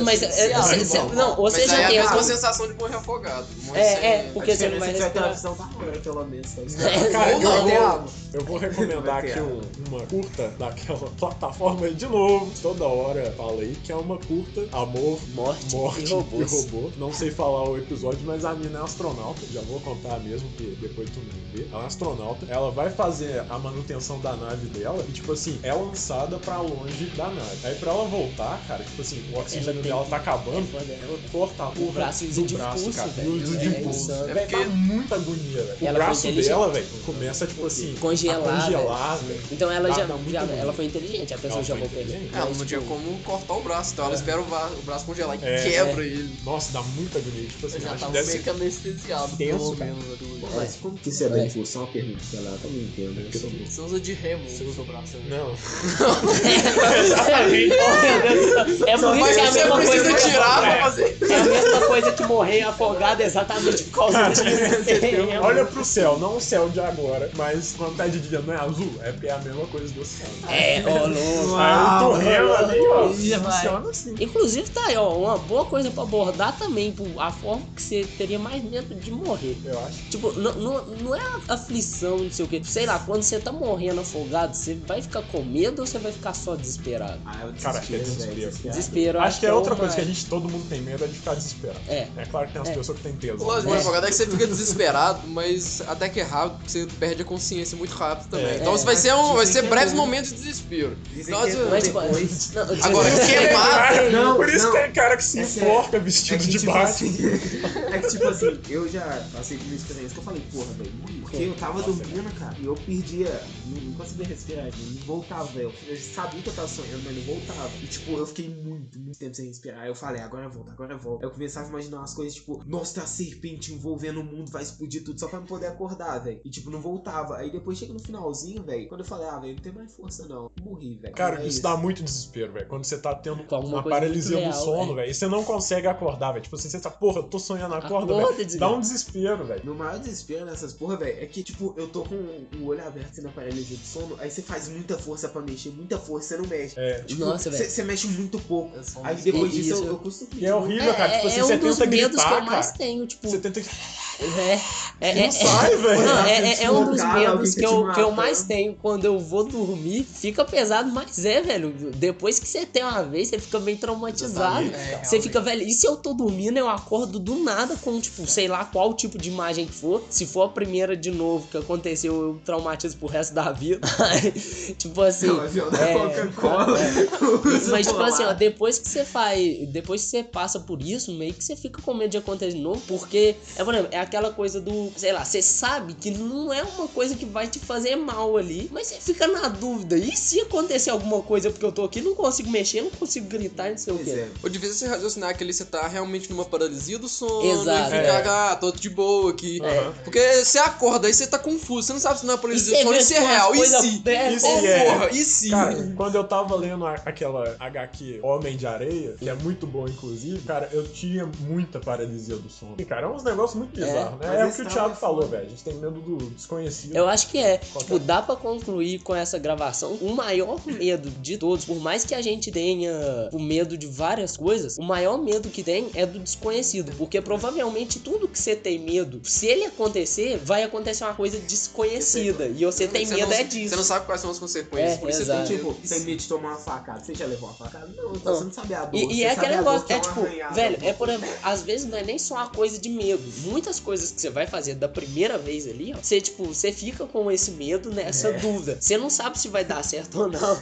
[SPEAKER 2] Mas é, é,
[SPEAKER 4] Ah,
[SPEAKER 2] você-
[SPEAKER 4] irmão,
[SPEAKER 2] você- não, ou
[SPEAKER 4] Mas
[SPEAKER 2] você
[SPEAKER 4] aí
[SPEAKER 2] já
[SPEAKER 4] é
[SPEAKER 2] tem
[SPEAKER 4] a mesma
[SPEAKER 2] algum-
[SPEAKER 4] sensação de morrer afogado. Morrer
[SPEAKER 2] É,
[SPEAKER 4] sem-
[SPEAKER 2] é, porque
[SPEAKER 3] A
[SPEAKER 2] você não vai
[SPEAKER 3] diferença é que vai ter uma
[SPEAKER 2] respirar.
[SPEAKER 3] visão da hora, pelo menos. tá?
[SPEAKER 2] É,
[SPEAKER 1] Cara, eu,
[SPEAKER 4] Ou não.
[SPEAKER 1] vou, eu vou recomendar
[SPEAKER 3] Vai ter
[SPEAKER 1] aqui
[SPEAKER 3] água.
[SPEAKER 1] um- uma curta daquela plataforma de novo. Toda hora falei que é uma curta, amor,
[SPEAKER 2] Morte,
[SPEAKER 1] morte
[SPEAKER 2] e robôs.
[SPEAKER 1] Não sei falar o episódio, mas a mina é astronauta. Já vou contar mesmo, porque depois tu não vê. Ela é astronauta. Ela vai fazer a manutenção da nave dela e, tipo assim, é lançada pra longe da nave. Aí pra ela voltar, cara, tipo assim, o
[SPEAKER 2] Ela
[SPEAKER 1] oxigênio
[SPEAKER 2] tem
[SPEAKER 1] dela
[SPEAKER 2] que-
[SPEAKER 1] tá acabando.
[SPEAKER 2] Quando ela-
[SPEAKER 1] Ela corta a porra
[SPEAKER 2] braço e os
[SPEAKER 1] do
[SPEAKER 2] de
[SPEAKER 1] braço,
[SPEAKER 2] impulso,
[SPEAKER 1] cara.
[SPEAKER 2] velho.
[SPEAKER 1] E os de
[SPEAKER 2] É
[SPEAKER 1] impulso.
[SPEAKER 2] insano.
[SPEAKER 1] É velho,
[SPEAKER 4] porque-
[SPEAKER 1] dá muita agonia, velho. O
[SPEAKER 2] Ela foi
[SPEAKER 1] braço
[SPEAKER 2] inteligente.
[SPEAKER 1] dela, velho, começa, tipo assim,
[SPEAKER 2] Congelar,
[SPEAKER 1] a congelar, velho.
[SPEAKER 2] Então ela
[SPEAKER 1] Ah,
[SPEAKER 2] já,
[SPEAKER 1] tá muito
[SPEAKER 2] já-
[SPEAKER 1] ruim.
[SPEAKER 2] ela foi inteligente, a pessoa
[SPEAKER 1] Ela
[SPEAKER 2] já Tipo,
[SPEAKER 1] foi
[SPEAKER 2] voltou.
[SPEAKER 1] inteligente.
[SPEAKER 4] Ela É, não tinha como cortar o braço, então ela
[SPEAKER 1] É.
[SPEAKER 4] espera o, va- o braço congelar e
[SPEAKER 1] É.
[SPEAKER 4] quebra ele.
[SPEAKER 1] Nossa, dá muita agonia. Tipo assim,
[SPEAKER 4] Eu já
[SPEAKER 2] tá
[SPEAKER 1] acho que
[SPEAKER 2] um
[SPEAKER 4] tava
[SPEAKER 1] deve
[SPEAKER 4] meio
[SPEAKER 1] ser
[SPEAKER 4] que anestesiado,
[SPEAKER 1] tenso,
[SPEAKER 4] pelo
[SPEAKER 1] cara.
[SPEAKER 4] menos. aquilo.
[SPEAKER 2] É.
[SPEAKER 3] Pô, Mas como que
[SPEAKER 1] é
[SPEAKER 3] é? você dá impulsão a pergunta que ela tá me entendendo?
[SPEAKER 1] Porque eu sou-
[SPEAKER 4] Você usa de remo o seu braço. né?
[SPEAKER 1] Não.
[SPEAKER 2] É por isso
[SPEAKER 4] Mas
[SPEAKER 2] que é a
[SPEAKER 4] você
[SPEAKER 2] mesma coisa
[SPEAKER 4] precisa
[SPEAKER 2] que
[SPEAKER 4] tirar pra
[SPEAKER 1] É.
[SPEAKER 4] fazer.
[SPEAKER 2] É a mesma coisa que morrer afogado é exatamente por causa disso. É,
[SPEAKER 1] Olha pro céu, não o céu de agora, mas quando tá de dia não é azul, é porque é a mesma coisa do céu.
[SPEAKER 2] É, ô louco.
[SPEAKER 1] Aí eu tô rindo ali, ó.
[SPEAKER 2] Ih, vai.
[SPEAKER 1] Funciona assim.
[SPEAKER 2] Inclusive, tá aí, ó, uma boa coisa pra abordar também, pô, a forma que você teria mais medo de morrer.
[SPEAKER 1] Eu acho.
[SPEAKER 2] Tipo, não, não, não é aflição, não sei o que. Sei lá, quando você tá morrendo afogado, você vai ficar com medo ou você vai ficar só desesperado?
[SPEAKER 5] Ah, eu
[SPEAKER 1] Cara,
[SPEAKER 5] desisti,
[SPEAKER 1] é
[SPEAKER 5] velho,
[SPEAKER 1] desespero.
[SPEAKER 5] desisti.
[SPEAKER 2] Desespero. eu
[SPEAKER 1] Acho que é
[SPEAKER 2] uma-
[SPEAKER 1] outra coisa que a gente, todo mundo tem medo é de ficar desesperado.
[SPEAKER 2] É.
[SPEAKER 1] É claro que tem umas
[SPEAKER 2] É.
[SPEAKER 1] pessoas que têm
[SPEAKER 4] O
[SPEAKER 1] tesão.
[SPEAKER 4] lance de
[SPEAKER 1] né?
[SPEAKER 4] uma afogada é que você fica desesperado, mas até que é rápido, porque você perde a consciência muito rápido também.
[SPEAKER 1] É.
[SPEAKER 4] então
[SPEAKER 2] É,
[SPEAKER 4] você vai ser, um, vai
[SPEAKER 3] dizem
[SPEAKER 4] ser
[SPEAKER 3] que é
[SPEAKER 4] breves
[SPEAKER 3] bom.
[SPEAKER 4] momentos de desespero.
[SPEAKER 3] Dizem
[SPEAKER 4] Nossa,
[SPEAKER 3] que é bom
[SPEAKER 2] Mas, tipo,
[SPEAKER 3] depois.
[SPEAKER 2] não, eu-
[SPEAKER 4] Agora,
[SPEAKER 2] eu-
[SPEAKER 4] queimar-
[SPEAKER 1] Cara,
[SPEAKER 3] Não,
[SPEAKER 1] Por isso
[SPEAKER 3] não.
[SPEAKER 1] que tem cara que se
[SPEAKER 3] É sério.
[SPEAKER 1] enforca
[SPEAKER 3] É
[SPEAKER 1] vestido
[SPEAKER 3] que,
[SPEAKER 1] de
[SPEAKER 3] tipo
[SPEAKER 1] Batman.
[SPEAKER 3] assim, é que tipo assim, eu já passei por uma experiência que eu falei, porra, velho, muito, porque eu tava dormindo, cara, e eu perdia, não, não conseguia respirar, velho, não voltava, velho. Eu sabia que eu tava sonhando, mas não voltava. E tipo, eu fiquei muito, muito tempo sem respirar. Aí eu falei, agora volta, agora volta. Eu começava a imaginar umas coisas, tipo, nossa, tem uma serpente envolvendo o mundo, vai explodir tudo, só pra não poder acordar, velho. E tipo, não voltava. Aí depois chega no finalzinho, velho, quando eu falei, ah, velho, não tem mais força não, morri, velho.
[SPEAKER 1] Cara,
[SPEAKER 3] É
[SPEAKER 1] isso dá muito desespero, velho. Quando você tá tendo
[SPEAKER 2] Com alguma
[SPEAKER 1] uma
[SPEAKER 2] coisa
[SPEAKER 1] paralisia
[SPEAKER 2] muito
[SPEAKER 1] do
[SPEAKER 2] real, é.
[SPEAKER 1] sono, velho. E você não consegue acordar, velho. Tipo assim, você tá, porra, eu tô sonhando, acorda, velho.
[SPEAKER 2] Acorda, desgraça.
[SPEAKER 1] Dá um desespero, velho.
[SPEAKER 3] Meu maior desespero nessas porra, velho, é que, tipo, eu tô com o olho aberto assim, na paralisia do sono, aí você faz muita força pra mexer, muita força, você não mexe.
[SPEAKER 1] É.
[SPEAKER 3] Tipo,
[SPEAKER 2] Nossa,
[SPEAKER 3] você-
[SPEAKER 2] velho.
[SPEAKER 3] Você mexe muito pouco.
[SPEAKER 4] É só um
[SPEAKER 3] Aí
[SPEAKER 4] desespero.
[SPEAKER 3] depois
[SPEAKER 2] Isso.
[SPEAKER 3] disso eu, eu costumo.
[SPEAKER 1] E é horrível, cara. Tipo assim, você tenta gritar,
[SPEAKER 2] um que eu
[SPEAKER 1] cara.
[SPEAKER 2] mais tenho, tipo.
[SPEAKER 1] Você tenta.
[SPEAKER 2] É, é,
[SPEAKER 1] Não
[SPEAKER 2] é,
[SPEAKER 1] sai, velho.
[SPEAKER 2] Não,
[SPEAKER 3] Você
[SPEAKER 2] é, é- é um dos
[SPEAKER 3] deslocar alguém
[SPEAKER 2] medos
[SPEAKER 3] que
[SPEAKER 2] que eu,
[SPEAKER 3] te
[SPEAKER 2] que eu
[SPEAKER 3] mata.
[SPEAKER 2] mais tenho. Quando eu vou dormir, fica pesado, mas é, velho. Depois que você tem uma vez, você fica bem traumatizado.
[SPEAKER 1] Exatamente.
[SPEAKER 4] É,
[SPEAKER 2] Você fica, velho, e se eu tô dormindo, eu acordo do nada com, tipo, sei lá qual tipo de imagem que for. Se for a primeira de novo que aconteceu, eu traumatizo pro resto da vida. tipo assim.
[SPEAKER 3] Não, avião da
[SPEAKER 2] é,
[SPEAKER 3] Coca-Cola.
[SPEAKER 2] Mas, tipo assim, ó,
[SPEAKER 3] Polar.
[SPEAKER 2] depois que você faz. Depois que você passa por isso, meio que você fica com medo de acontecer de novo, porque. É, por exemplo, é aquela coisa do. Sei lá, você sabe que não é uma coisa que vai te fazer mal ali, mas você fica na dúvida. E se acontecer alguma coisa porque eu tô aqui, não consigo mexer, não consigo gritar, não sei o
[SPEAKER 3] Pois
[SPEAKER 2] quê.
[SPEAKER 3] é.
[SPEAKER 4] O difícil é você raciocinar que ali você tá realmente numa paralisia do sono
[SPEAKER 2] Exato.
[SPEAKER 4] e ficar,
[SPEAKER 1] É.
[SPEAKER 4] ah, tô de boa aqui.
[SPEAKER 1] Aham.
[SPEAKER 4] Porque você acorda, aí você tá confuso, você não sabe se não é
[SPEAKER 2] E você
[SPEAKER 4] paralisia do sono,
[SPEAKER 2] vê
[SPEAKER 4] e se é
[SPEAKER 2] umas
[SPEAKER 4] real, e
[SPEAKER 2] coisa-
[SPEAKER 4] se?
[SPEAKER 2] É,
[SPEAKER 1] Isso
[SPEAKER 4] Ô,
[SPEAKER 2] é,
[SPEAKER 1] é.
[SPEAKER 4] porra, e se?
[SPEAKER 1] Cara, quando eu tava lendo a- aquela HQ Homem de Areia, que é muito bom, inclusive, cara, eu tinha muita paralisia do sono. E, cara, é uns negócios muito
[SPEAKER 2] É,
[SPEAKER 1] bizarros,
[SPEAKER 3] mas
[SPEAKER 1] né? É o
[SPEAKER 3] esse
[SPEAKER 1] que o
[SPEAKER 3] tá
[SPEAKER 1] Thiago
[SPEAKER 3] mais
[SPEAKER 1] falou,
[SPEAKER 3] foda.
[SPEAKER 1] velho. A gente tem medo do desconhecido.
[SPEAKER 2] Eu acho que é. Tipo,
[SPEAKER 1] Qualquer-
[SPEAKER 2] dá pra concluir com essa gravação. O maior medo de todos, por mais que a gente tenha o medo de várias coisas, o maior medo que tem é do desconhecido. Porque provavelmente tudo que você tem medo, se ele acontecer, vai acontecer uma coisa desconhecida. E você tem medo
[SPEAKER 4] não,
[SPEAKER 2] é
[SPEAKER 4] Você
[SPEAKER 2] disso.
[SPEAKER 4] não sabe quais são as consequências,
[SPEAKER 2] É,
[SPEAKER 4] por isso você
[SPEAKER 2] exato.
[SPEAKER 4] tem
[SPEAKER 3] Tipo,
[SPEAKER 4] tipo,
[SPEAKER 3] você tem medo de tomar uma facada. Você já levou uma facada? Não, então
[SPEAKER 2] Não.
[SPEAKER 3] você não sabe a dor.
[SPEAKER 2] E, e
[SPEAKER 3] você
[SPEAKER 2] é
[SPEAKER 3] sabe
[SPEAKER 2] aquele
[SPEAKER 3] a dor
[SPEAKER 2] negócio,
[SPEAKER 3] que um
[SPEAKER 2] é
[SPEAKER 3] uma
[SPEAKER 2] tipo,
[SPEAKER 3] arranhada,
[SPEAKER 2] velho,
[SPEAKER 3] alguma
[SPEAKER 2] é por exemplo, às vezes não é nem só uma coisa de medo. Muitas coisas que você vai fazer da primeira vez ali, ó, você, tipo, você fica com esse medo
[SPEAKER 3] É.
[SPEAKER 2] nessa dúvida. Você não sabe se vai dar certo ou não.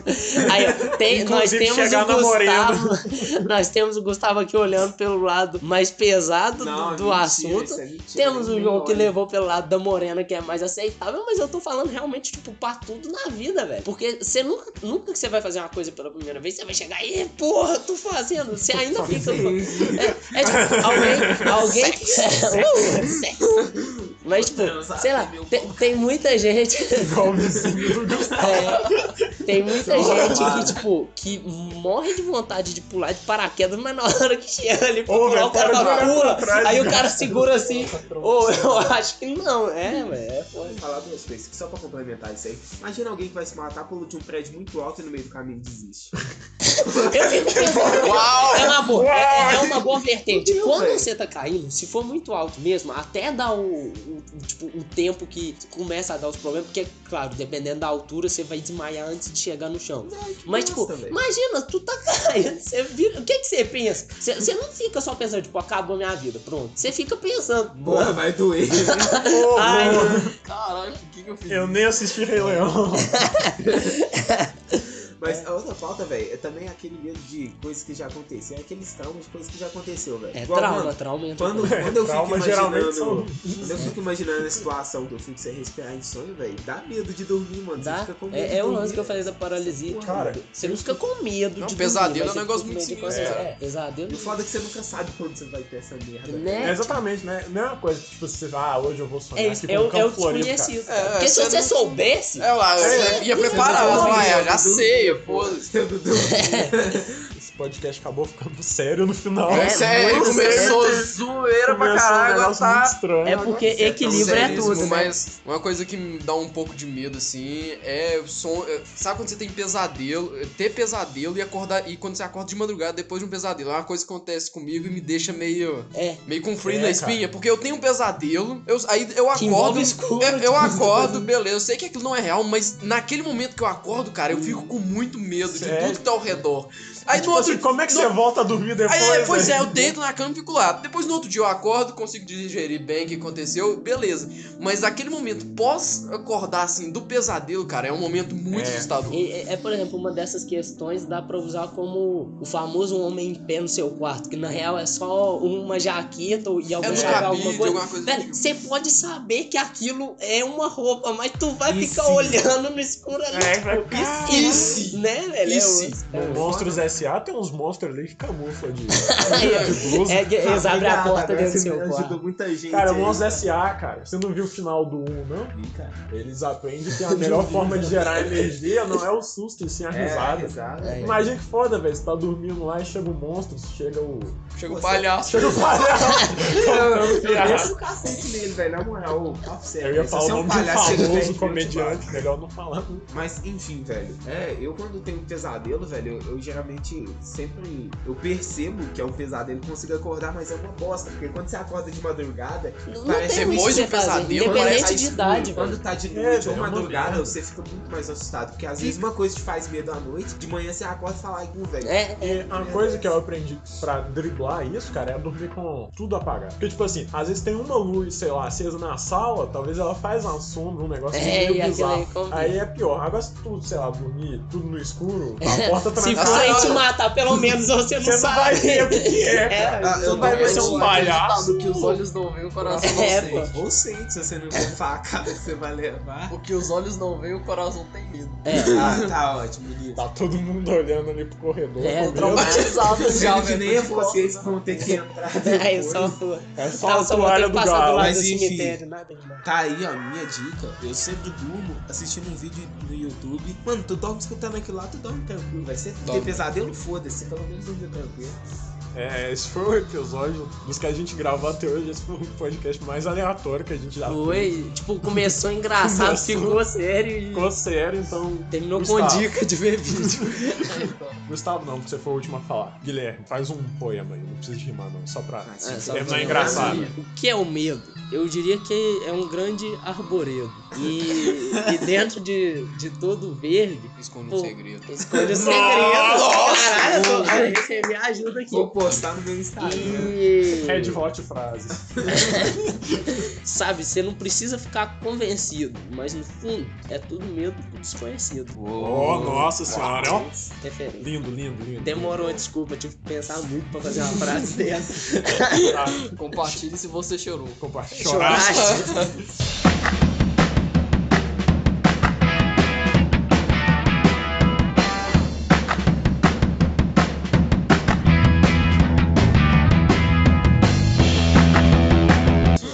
[SPEAKER 2] Aí, ó, tem, nós
[SPEAKER 1] Inclusive,
[SPEAKER 2] temos
[SPEAKER 1] chegar
[SPEAKER 2] o
[SPEAKER 1] namorando.
[SPEAKER 2] Gustavo. nós temos o Gustavo aqui olhando pelo lado mais pesado
[SPEAKER 3] Não,
[SPEAKER 2] do, do
[SPEAKER 3] mentira,
[SPEAKER 2] assunto.
[SPEAKER 3] isso é mentira,
[SPEAKER 2] Temos o
[SPEAKER 3] nem
[SPEAKER 2] João que
[SPEAKER 3] olha.
[SPEAKER 2] levou pelo lado da morena, que é mais aceitável, mas eu tô falando realmente, tipo, pra tudo na vida, velho. Porque você nunca, nunca que você vai fazer uma coisa pela primeira vez, você vai chegar e, porra, tô fazendo. Você ainda fica. É, é tipo, alguém. alguém Uh, sexo. Mas, tipo,
[SPEAKER 3] Transar
[SPEAKER 2] sei lá,
[SPEAKER 3] com meu
[SPEAKER 2] tem,
[SPEAKER 3] pau.
[SPEAKER 2] tem muita gente.
[SPEAKER 1] Igual o vizinho do Gustavo.
[SPEAKER 2] É, tem muita
[SPEAKER 3] Sou
[SPEAKER 2] gente
[SPEAKER 3] roubado.
[SPEAKER 2] que, tipo, que morre de vontade de pular de paraquedas, mas na hora que chega ali pra
[SPEAKER 1] Ô,
[SPEAKER 2] pular,
[SPEAKER 1] velho,
[SPEAKER 2] o cara
[SPEAKER 1] para de
[SPEAKER 2] fala,
[SPEAKER 1] olhar pra
[SPEAKER 2] pula.
[SPEAKER 1] trás,
[SPEAKER 2] Aí o
[SPEAKER 1] velho.
[SPEAKER 2] cara segura assim. Ou eu acho que não, é, velho. É
[SPEAKER 3] Vou
[SPEAKER 2] foda.
[SPEAKER 3] falar duas coisas, que só pra complementar isso aí. Imagina alguém que vai se matar, pula de um prédio muito alto e no meio do caminho desiste.
[SPEAKER 2] Eu fico pensando.
[SPEAKER 4] Uau!
[SPEAKER 2] É uma boa, é, é uma boa vertente.
[SPEAKER 3] Meu
[SPEAKER 2] Quando
[SPEAKER 3] Deus,
[SPEAKER 2] você tá caindo, se for muito alto mesmo, até dar o, o- o, tipo, o tempo que começa a dar os problemas, porque, claro, dependendo da altura, você vai desmaiar antes de chegar no chão.
[SPEAKER 3] Ai, que
[SPEAKER 2] Mas, tipo,
[SPEAKER 3] bosta, velho.
[SPEAKER 2] imagina, tu tá caindo, você vira. O que que você pensa? Você, você não fica só pensando, tipo, acabou minha vida, pronto. Você fica pensando,
[SPEAKER 3] Porra,
[SPEAKER 2] mano.
[SPEAKER 3] vai doer.
[SPEAKER 1] Ô,
[SPEAKER 2] Ai,
[SPEAKER 1] mano,
[SPEAKER 4] Caralho, o que, que eu fiz?
[SPEAKER 1] eu nem assisti Rei Leão.
[SPEAKER 3] Mas a outra falta, velho, é também aquele medo de coisas que já aconteceu. É aqueles traumas de coisas que já aconteceu, velho.
[SPEAKER 2] É
[SPEAKER 3] Igual,
[SPEAKER 2] trauma,
[SPEAKER 3] mano,
[SPEAKER 2] trauma entra.
[SPEAKER 3] Quando, quando eu fico
[SPEAKER 1] Trauma geralmente são.
[SPEAKER 3] imaginando. Quando eu fico imaginando a situação que eu fico sem respirar em sonho, velho, dá medo de dormir, mano. Você
[SPEAKER 2] Dá?
[SPEAKER 3] fica com medo
[SPEAKER 2] É,
[SPEAKER 3] de
[SPEAKER 2] é o
[SPEAKER 3] dormir.
[SPEAKER 2] lance que eu falei da paralisia. tipo,
[SPEAKER 3] Porra,
[SPEAKER 1] Cara,
[SPEAKER 2] Você não fica com medo
[SPEAKER 4] Não,
[SPEAKER 2] de. dormir, mas
[SPEAKER 4] pesadelo é um
[SPEAKER 2] você
[SPEAKER 4] negócio
[SPEAKER 2] fica com
[SPEAKER 4] muito
[SPEAKER 2] medo de
[SPEAKER 4] sinistro,
[SPEAKER 2] acordar. É, pesadelo.
[SPEAKER 3] E o foda é que você nunca sabe quando você vai ter essa merda.
[SPEAKER 2] Né?
[SPEAKER 3] velho.
[SPEAKER 1] É exatamente, né? Não é uma coisa que tipo, você fala, ah, hoje eu vou sonhar
[SPEAKER 2] É
[SPEAKER 1] que
[SPEAKER 2] isso,
[SPEAKER 1] vou
[SPEAKER 2] é,
[SPEAKER 1] no
[SPEAKER 2] o, é
[SPEAKER 1] campo
[SPEAKER 2] o
[SPEAKER 1] florido, cara.
[SPEAKER 2] desconhecido.
[SPEAKER 4] É,
[SPEAKER 2] Porque se
[SPEAKER 4] você
[SPEAKER 2] você
[SPEAKER 4] não-
[SPEAKER 2] soubesse.
[SPEAKER 4] É lá, eu ia
[SPEAKER 2] Você-
[SPEAKER 4] preparado,
[SPEAKER 2] você-
[SPEAKER 4] lá, eu já
[SPEAKER 3] Eu
[SPEAKER 4] sei,
[SPEAKER 3] dormia,
[SPEAKER 4] pô.
[SPEAKER 3] Eu não dormia.
[SPEAKER 1] podcast acabou ficando sério no final.
[SPEAKER 4] É, sério, começou
[SPEAKER 6] zoeira
[SPEAKER 3] um
[SPEAKER 6] pra
[SPEAKER 1] Começou um
[SPEAKER 6] caralho, agora
[SPEAKER 1] negócio muito
[SPEAKER 6] tá.
[SPEAKER 1] estranho.
[SPEAKER 2] É porque equilíbrio é
[SPEAKER 4] seríssimo,
[SPEAKER 2] tudo, né?
[SPEAKER 4] Mas uma coisa que me dá um pouco de medo, assim, é o som. é, Sabe quando você tem pesadelo? é, Ter pesadelo e acordar. E quando você acorda de madrugada depois de um pesadelo. É uma coisa que acontece comigo e me deixa meio.
[SPEAKER 2] É.
[SPEAKER 4] Meio com frio
[SPEAKER 1] É,
[SPEAKER 4] na
[SPEAKER 1] cara.
[SPEAKER 4] espinha, porque eu tenho um pesadelo, eu, aí eu
[SPEAKER 2] Que
[SPEAKER 4] acordo. é,
[SPEAKER 2] envolve escuro.
[SPEAKER 4] Eu, eu
[SPEAKER 2] tipo,
[SPEAKER 4] acordo, beleza, eu sei que aquilo não é real, mas naquele momento que eu acordo, cara, eu fico com muito medo de
[SPEAKER 1] Sério?
[SPEAKER 4] tudo que tá ao redor.
[SPEAKER 1] Aí,
[SPEAKER 4] Aí no outro
[SPEAKER 1] assim, como é que
[SPEAKER 4] tipo no-
[SPEAKER 1] você volta a dormir depois?
[SPEAKER 4] Aí, é, pois
[SPEAKER 1] né?
[SPEAKER 4] é, eu deito na cama e fico lá. Depois no outro dia eu acordo, consigo digerir bem o que aconteceu, beleza. Mas aquele momento pós acordar, assim, do pesadelo, cara, é um momento muito
[SPEAKER 1] É.
[SPEAKER 4] assustador.
[SPEAKER 2] E- É, é, por exemplo, uma dessas questões dá pra usar como o famoso um homem em pé no seu quarto, que na real é só uma jaqueta ou- e
[SPEAKER 4] É
[SPEAKER 2] algum
[SPEAKER 4] no
[SPEAKER 2] chapéu,
[SPEAKER 4] cabide,
[SPEAKER 2] alguma coisa.
[SPEAKER 4] alguma coisa. do
[SPEAKER 2] Velho,
[SPEAKER 4] tipo.
[SPEAKER 2] você pode saber que aquilo é uma roupa, mas tu vai
[SPEAKER 5] E
[SPEAKER 2] ficar
[SPEAKER 5] se?
[SPEAKER 2] olhando no escuro ali.
[SPEAKER 6] É, vai
[SPEAKER 2] tipo,
[SPEAKER 4] e
[SPEAKER 2] isso,
[SPEAKER 4] se?
[SPEAKER 2] Né, velho?
[SPEAKER 4] Ah, E
[SPEAKER 2] É
[SPEAKER 4] se?
[SPEAKER 2] osso, é
[SPEAKER 1] No
[SPEAKER 2] osso.
[SPEAKER 1] Monstros S.A. tem uns monstros ali que camufla de, de
[SPEAKER 2] Aí,
[SPEAKER 1] blusa.
[SPEAKER 2] É,
[SPEAKER 3] tá
[SPEAKER 2] que eles abrem a
[SPEAKER 3] Obrigado,
[SPEAKER 2] porta
[SPEAKER 3] agora
[SPEAKER 2] dentro do
[SPEAKER 3] você
[SPEAKER 2] seu
[SPEAKER 3] Ajudou
[SPEAKER 2] quarto.
[SPEAKER 3] muita gente.
[SPEAKER 1] Cara,
[SPEAKER 3] aí.
[SPEAKER 1] Monstros S.A., cara, você não viu o final do 1, não?
[SPEAKER 3] Ih, cara.
[SPEAKER 1] Eles aprendem que a melhor forma de gerar energia não é o susto, e sim a
[SPEAKER 3] É,
[SPEAKER 1] risada.
[SPEAKER 3] risada.
[SPEAKER 2] É.
[SPEAKER 1] Imagina que foda, velho. Você tá dormindo lá e chega o monstro, chega o.
[SPEAKER 4] Chega o
[SPEAKER 3] Você-
[SPEAKER 4] palhaço.
[SPEAKER 1] Chega o palhaço! contando
[SPEAKER 3] Eu
[SPEAKER 1] piada.
[SPEAKER 3] desço o cacete nele, velho. Na moral, papo
[SPEAKER 1] Eu
[SPEAKER 3] sério.
[SPEAKER 1] ia
[SPEAKER 3] Se
[SPEAKER 1] falar o
[SPEAKER 3] você é um
[SPEAKER 1] nome de um
[SPEAKER 3] palhaço, ele
[SPEAKER 1] famoso
[SPEAKER 3] vem, eu te
[SPEAKER 1] comediante,
[SPEAKER 3] bato.
[SPEAKER 1] melhor não falar.
[SPEAKER 3] Mas enfim, velho. É, eu quando tenho um pesadelo, velho, eu, eu geralmente sempre. Eu percebo que é um pesadelo, consigo acordar, mas é uma bosta. Porque quando você acorda de madrugada,
[SPEAKER 2] Não, não
[SPEAKER 3] Parece
[SPEAKER 2] tem muito o que
[SPEAKER 4] depois de
[SPEAKER 2] você
[SPEAKER 4] um
[SPEAKER 2] fazer,
[SPEAKER 3] parece
[SPEAKER 4] pesadelo,
[SPEAKER 2] independente
[SPEAKER 3] que
[SPEAKER 2] de
[SPEAKER 3] escuro.
[SPEAKER 2] idade, velho.
[SPEAKER 3] Quando tá de
[SPEAKER 1] É,
[SPEAKER 3] noite
[SPEAKER 1] velho,
[SPEAKER 3] ou
[SPEAKER 1] é uma
[SPEAKER 3] madrugada,
[SPEAKER 1] merda.
[SPEAKER 3] você fica muito mais assustado. Porque às vezes uma coisa te faz medo à noite, de manhã você acorda e fala, ai, cu, velho. Ah,
[SPEAKER 2] É,
[SPEAKER 1] E a coisa que eu aprendi pra driblar isso, cara, é dormir com tudo apagado. Porque, tipo assim, às vezes tem uma luz, sei lá, acesa na sala, talvez ela faz uma sombra, um negócio
[SPEAKER 2] É, e
[SPEAKER 1] meio
[SPEAKER 2] aquilo aí
[SPEAKER 1] bizarro.
[SPEAKER 2] combina.
[SPEAKER 1] Aí é pior. Agora se tudo, sei lá, dormir, tudo no escuro, a porta tá
[SPEAKER 2] Se
[SPEAKER 1] trancada.
[SPEAKER 2] você te matar, pelo menos você não
[SPEAKER 1] Você não vai
[SPEAKER 2] sabe.
[SPEAKER 1] ver o que que é, cara.
[SPEAKER 3] Ah,
[SPEAKER 1] Você vai ver se é um palhaço.
[SPEAKER 4] que os olhos não veem, o coração não
[SPEAKER 2] É,
[SPEAKER 4] sente. É.
[SPEAKER 2] pô.
[SPEAKER 3] Ou sente, se você não levar a cara que você vai levar.
[SPEAKER 4] O que os olhos não veem, o coração tem medo.
[SPEAKER 2] É.
[SPEAKER 3] Ah, tá ótimo, Nico.
[SPEAKER 1] Tá todo mundo olhando ali pro corredor. tá
[SPEAKER 2] É,
[SPEAKER 1] com medo.
[SPEAKER 4] Traumatizado tá já, né? Tipo,
[SPEAKER 3] Já que
[SPEAKER 4] velho.
[SPEAKER 3] nem é vocês que vão ter que entrar
[SPEAKER 2] É,
[SPEAKER 3] depois.
[SPEAKER 2] só
[SPEAKER 1] É só
[SPEAKER 2] Não,
[SPEAKER 1] a
[SPEAKER 2] só vou ter
[SPEAKER 1] toalha
[SPEAKER 2] que
[SPEAKER 1] do
[SPEAKER 2] passar do
[SPEAKER 1] galo.
[SPEAKER 2] lado
[SPEAKER 3] Mas
[SPEAKER 2] do
[SPEAKER 3] enfim.
[SPEAKER 2] cemitério, nada demais.
[SPEAKER 3] Tá aí a minha dica. Eu sempre durmo assistindo um vídeo no YouTube. Mano, tu dorme escutando aquilo lá, tu dorme tranquilo. Vai ser
[SPEAKER 4] Dorme.
[SPEAKER 3] ter pesadelo, foda-se. Pelo menos dormir tranquilo.
[SPEAKER 1] É, esse foi o episódio dos que a gente gravou até hoje. Esse foi o podcast mais aleatório que a gente já fez.
[SPEAKER 2] Foi, tipo, começou engraçado,
[SPEAKER 1] Começou.
[SPEAKER 2] ficou sério e
[SPEAKER 1] Ficou sério, então.
[SPEAKER 2] terminou com
[SPEAKER 1] Gustavo.
[SPEAKER 2] dica de ver vídeo.
[SPEAKER 1] Gustavo, não, você foi o último a falar. Guilherme, faz um poema aí. Não precisa de rimar, não. Só
[SPEAKER 4] É,
[SPEAKER 1] pra.
[SPEAKER 3] Assim,
[SPEAKER 2] É, só
[SPEAKER 1] Terminar
[SPEAKER 2] pra-
[SPEAKER 1] É, engraçado.
[SPEAKER 2] O que é o medo? Eu diria que é um grande arboredo. E, e dentro de, de todo verde,
[SPEAKER 4] Esconde
[SPEAKER 2] Pô.
[SPEAKER 4] um segredo.
[SPEAKER 2] esconde o
[SPEAKER 1] Nossa!
[SPEAKER 2] segredo. Caralho, eu tô- eu recebi ajuda aqui.
[SPEAKER 3] Vou postar no meu Instagram.
[SPEAKER 2] E.
[SPEAKER 1] Red Hot Frases.
[SPEAKER 2] Sabe, você não precisa ficar convencido, mas no fundo é tudo medo do desconhecido.
[SPEAKER 1] Oh, nossa senhora. ó.
[SPEAKER 2] Referência.
[SPEAKER 1] Lindo, lindo, lindo.
[SPEAKER 2] Demorou, desculpa, tive que pensar muito pra fazer uma frase dessa.
[SPEAKER 1] Tá,
[SPEAKER 4] Compartilhe se você chorou.
[SPEAKER 1] compartilha. Chorar.
[SPEAKER 2] Choraste.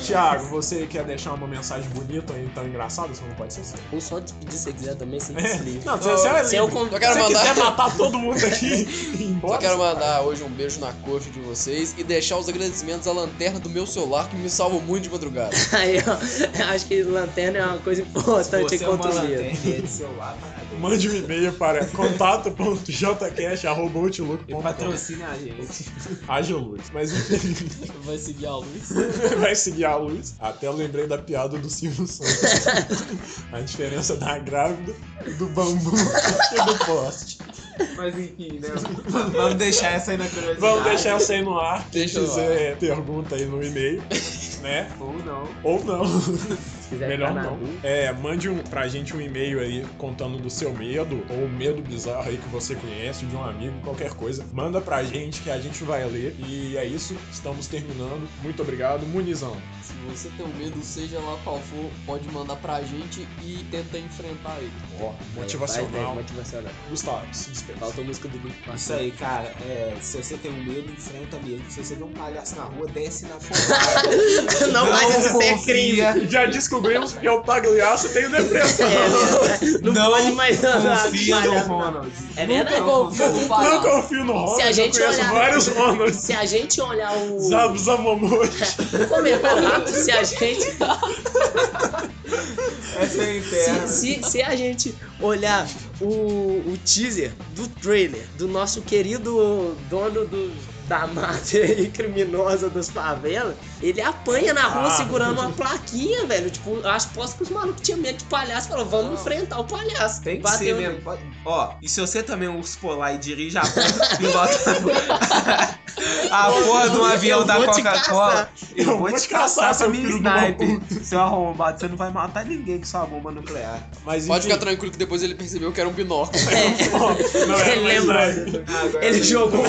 [SPEAKER 1] Tiago, você quer deixar uma mensagem bonita e tão engraçada? Você não pode ser assim.
[SPEAKER 2] Ou só despedir se quiser também, sem desliga.
[SPEAKER 1] Não, você, você é
[SPEAKER 2] Se eu
[SPEAKER 1] lindo.
[SPEAKER 2] con-
[SPEAKER 4] Eu quero
[SPEAKER 1] Se você
[SPEAKER 4] mandar-
[SPEAKER 1] quiser matar todo mundo aqui e ir embora.
[SPEAKER 4] Só quero mandar hoje um beijo na coxa de vocês e deixar os agradecimentos à lanterna do meu celular que me salva muito de madrugada.
[SPEAKER 2] Aí, ó, acho que lanterna é uma coisa importante
[SPEAKER 3] Você é uma
[SPEAKER 2] contra o medo.
[SPEAKER 3] lanterna e é do seu lado, parabéns.
[SPEAKER 1] Mande um e-mail para contato.jcast.outlook.com.
[SPEAKER 3] E patrocina a gente.
[SPEAKER 1] Haja luz. Mas enfim,
[SPEAKER 4] Vai seguir a luz?
[SPEAKER 1] vai seguir a luz. Até eu lembrei da piada do Silvio Santos. a diferença da grávida, do bambu e do poste.
[SPEAKER 3] Mas enfim, né? Vamos deixar essa aí na curiosidade.
[SPEAKER 1] Vamos deixar essa aí no ar. Quem
[SPEAKER 4] Deixa no
[SPEAKER 1] quiser pergunta aí no e-mail, né?
[SPEAKER 3] Ou não.
[SPEAKER 1] Ou não.
[SPEAKER 2] Se quiser
[SPEAKER 1] Melhor
[SPEAKER 2] ficar na
[SPEAKER 1] não.
[SPEAKER 2] rua.
[SPEAKER 1] É, mande um, pra gente um e-mail aí contando do seu medo, ou um medo bizarro aí que você conhece, de um amigo, qualquer coisa. Manda pra gente que a gente vai ler. E é isso, estamos terminando. Muito obrigado, Munizão.
[SPEAKER 4] Se você tem um medo, seja lá qual for, pode mandar pra gente e tenta enfrentar ele.
[SPEAKER 1] Ó,
[SPEAKER 2] É, Vai, vai,
[SPEAKER 1] motivacional.
[SPEAKER 2] motivacional.
[SPEAKER 1] Gustavo, se despede.
[SPEAKER 2] Faltou a música do Link
[SPEAKER 3] Isso aí, cara. É, se você tem um medo, enfrenta mesmo. Se você vê um palhaço na rua, desce na forrada.
[SPEAKER 2] Não, mas isso é crime.
[SPEAKER 1] Já disse que o descobrimos que eu pagliaço tenho depressão.
[SPEAKER 2] É, não,
[SPEAKER 5] Não
[SPEAKER 2] pode mais nada.
[SPEAKER 5] Confia no Ronald.
[SPEAKER 2] É verdade.
[SPEAKER 3] confio.
[SPEAKER 1] Não confio no Ronald,
[SPEAKER 2] Se a gente
[SPEAKER 1] eu conheço
[SPEAKER 2] olhar-
[SPEAKER 1] vários Ronalds.
[SPEAKER 2] Se a gente olhar o.
[SPEAKER 1] Zab Zamomote.
[SPEAKER 2] Como é barato se a gente.
[SPEAKER 3] Essa é interna.
[SPEAKER 2] Se, se, se a gente olhar o, o teaser do trailer do nosso querido dono do, da máfia e criminosa das favelas, ele apanha na rua
[SPEAKER 1] Ah.
[SPEAKER 2] segurando uma plaquinha, velho. Tipo, eu acho posso que os malucos tinham medo de palhaço falaram, vamos enfrentar o palhaço.
[SPEAKER 5] Ah. Tem que
[SPEAKER 2] Bateu
[SPEAKER 5] ser
[SPEAKER 2] no-
[SPEAKER 5] mesmo. Pode- Ó, e se você também é um urso polar e dirige a porra e bota a porra de um avião
[SPEAKER 2] Eu
[SPEAKER 5] da
[SPEAKER 2] vou te
[SPEAKER 5] Coca-Cola,
[SPEAKER 2] caçar.
[SPEAKER 5] eu vou te caçar, seu mini
[SPEAKER 1] filho da
[SPEAKER 5] sniper. Seu arrombado, você não vai matar ninguém com sua bomba nuclear.
[SPEAKER 1] Mas
[SPEAKER 4] Pode
[SPEAKER 1] enfim,
[SPEAKER 4] ficar tranquilo que depois ele percebeu que era um binóculo.
[SPEAKER 1] bom, não é
[SPEAKER 2] Ele
[SPEAKER 1] mais
[SPEAKER 2] lembra.
[SPEAKER 1] leve.
[SPEAKER 3] Agora
[SPEAKER 2] Ele
[SPEAKER 3] eu-
[SPEAKER 2] jogou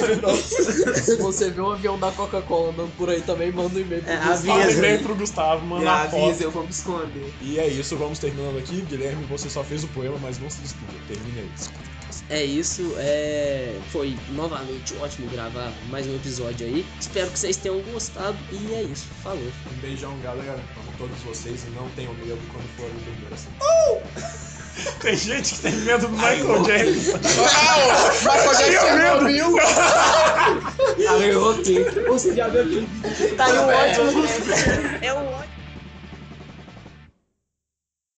[SPEAKER 4] Se você vê um avião da Coca-Cola andando por aí também, manda um e-mail pro
[SPEAKER 2] É,
[SPEAKER 4] Gustavo.
[SPEAKER 2] avisa.
[SPEAKER 1] Fala e-mail pro Gustavo,
[SPEAKER 3] Me
[SPEAKER 1] manda a
[SPEAKER 3] avisa,
[SPEAKER 1] foto.
[SPEAKER 3] eu vou me esconder.
[SPEAKER 1] E é isso, vamos terminando aqui. Guilherme, você só fez o poema, mas não se desculpa. Termina aí.
[SPEAKER 2] É isso, é... foi novamente ótimo gravar mais um episódio aí. Espero que vocês tenham gostado e é isso. Falou.
[SPEAKER 1] Um beijão, galera. Amo todos vocês e não tenham medo quando forem dormir assim. Tem gente que tem medo do Michael Jackson. Ah,
[SPEAKER 4] Michael
[SPEAKER 1] é
[SPEAKER 4] Jackson morreu.
[SPEAKER 3] Ah, eu ok. Ou seja, já viu aquele vídeo?
[SPEAKER 2] Tá aí um
[SPEAKER 4] É.
[SPEAKER 2] ótimo. É um ótimo.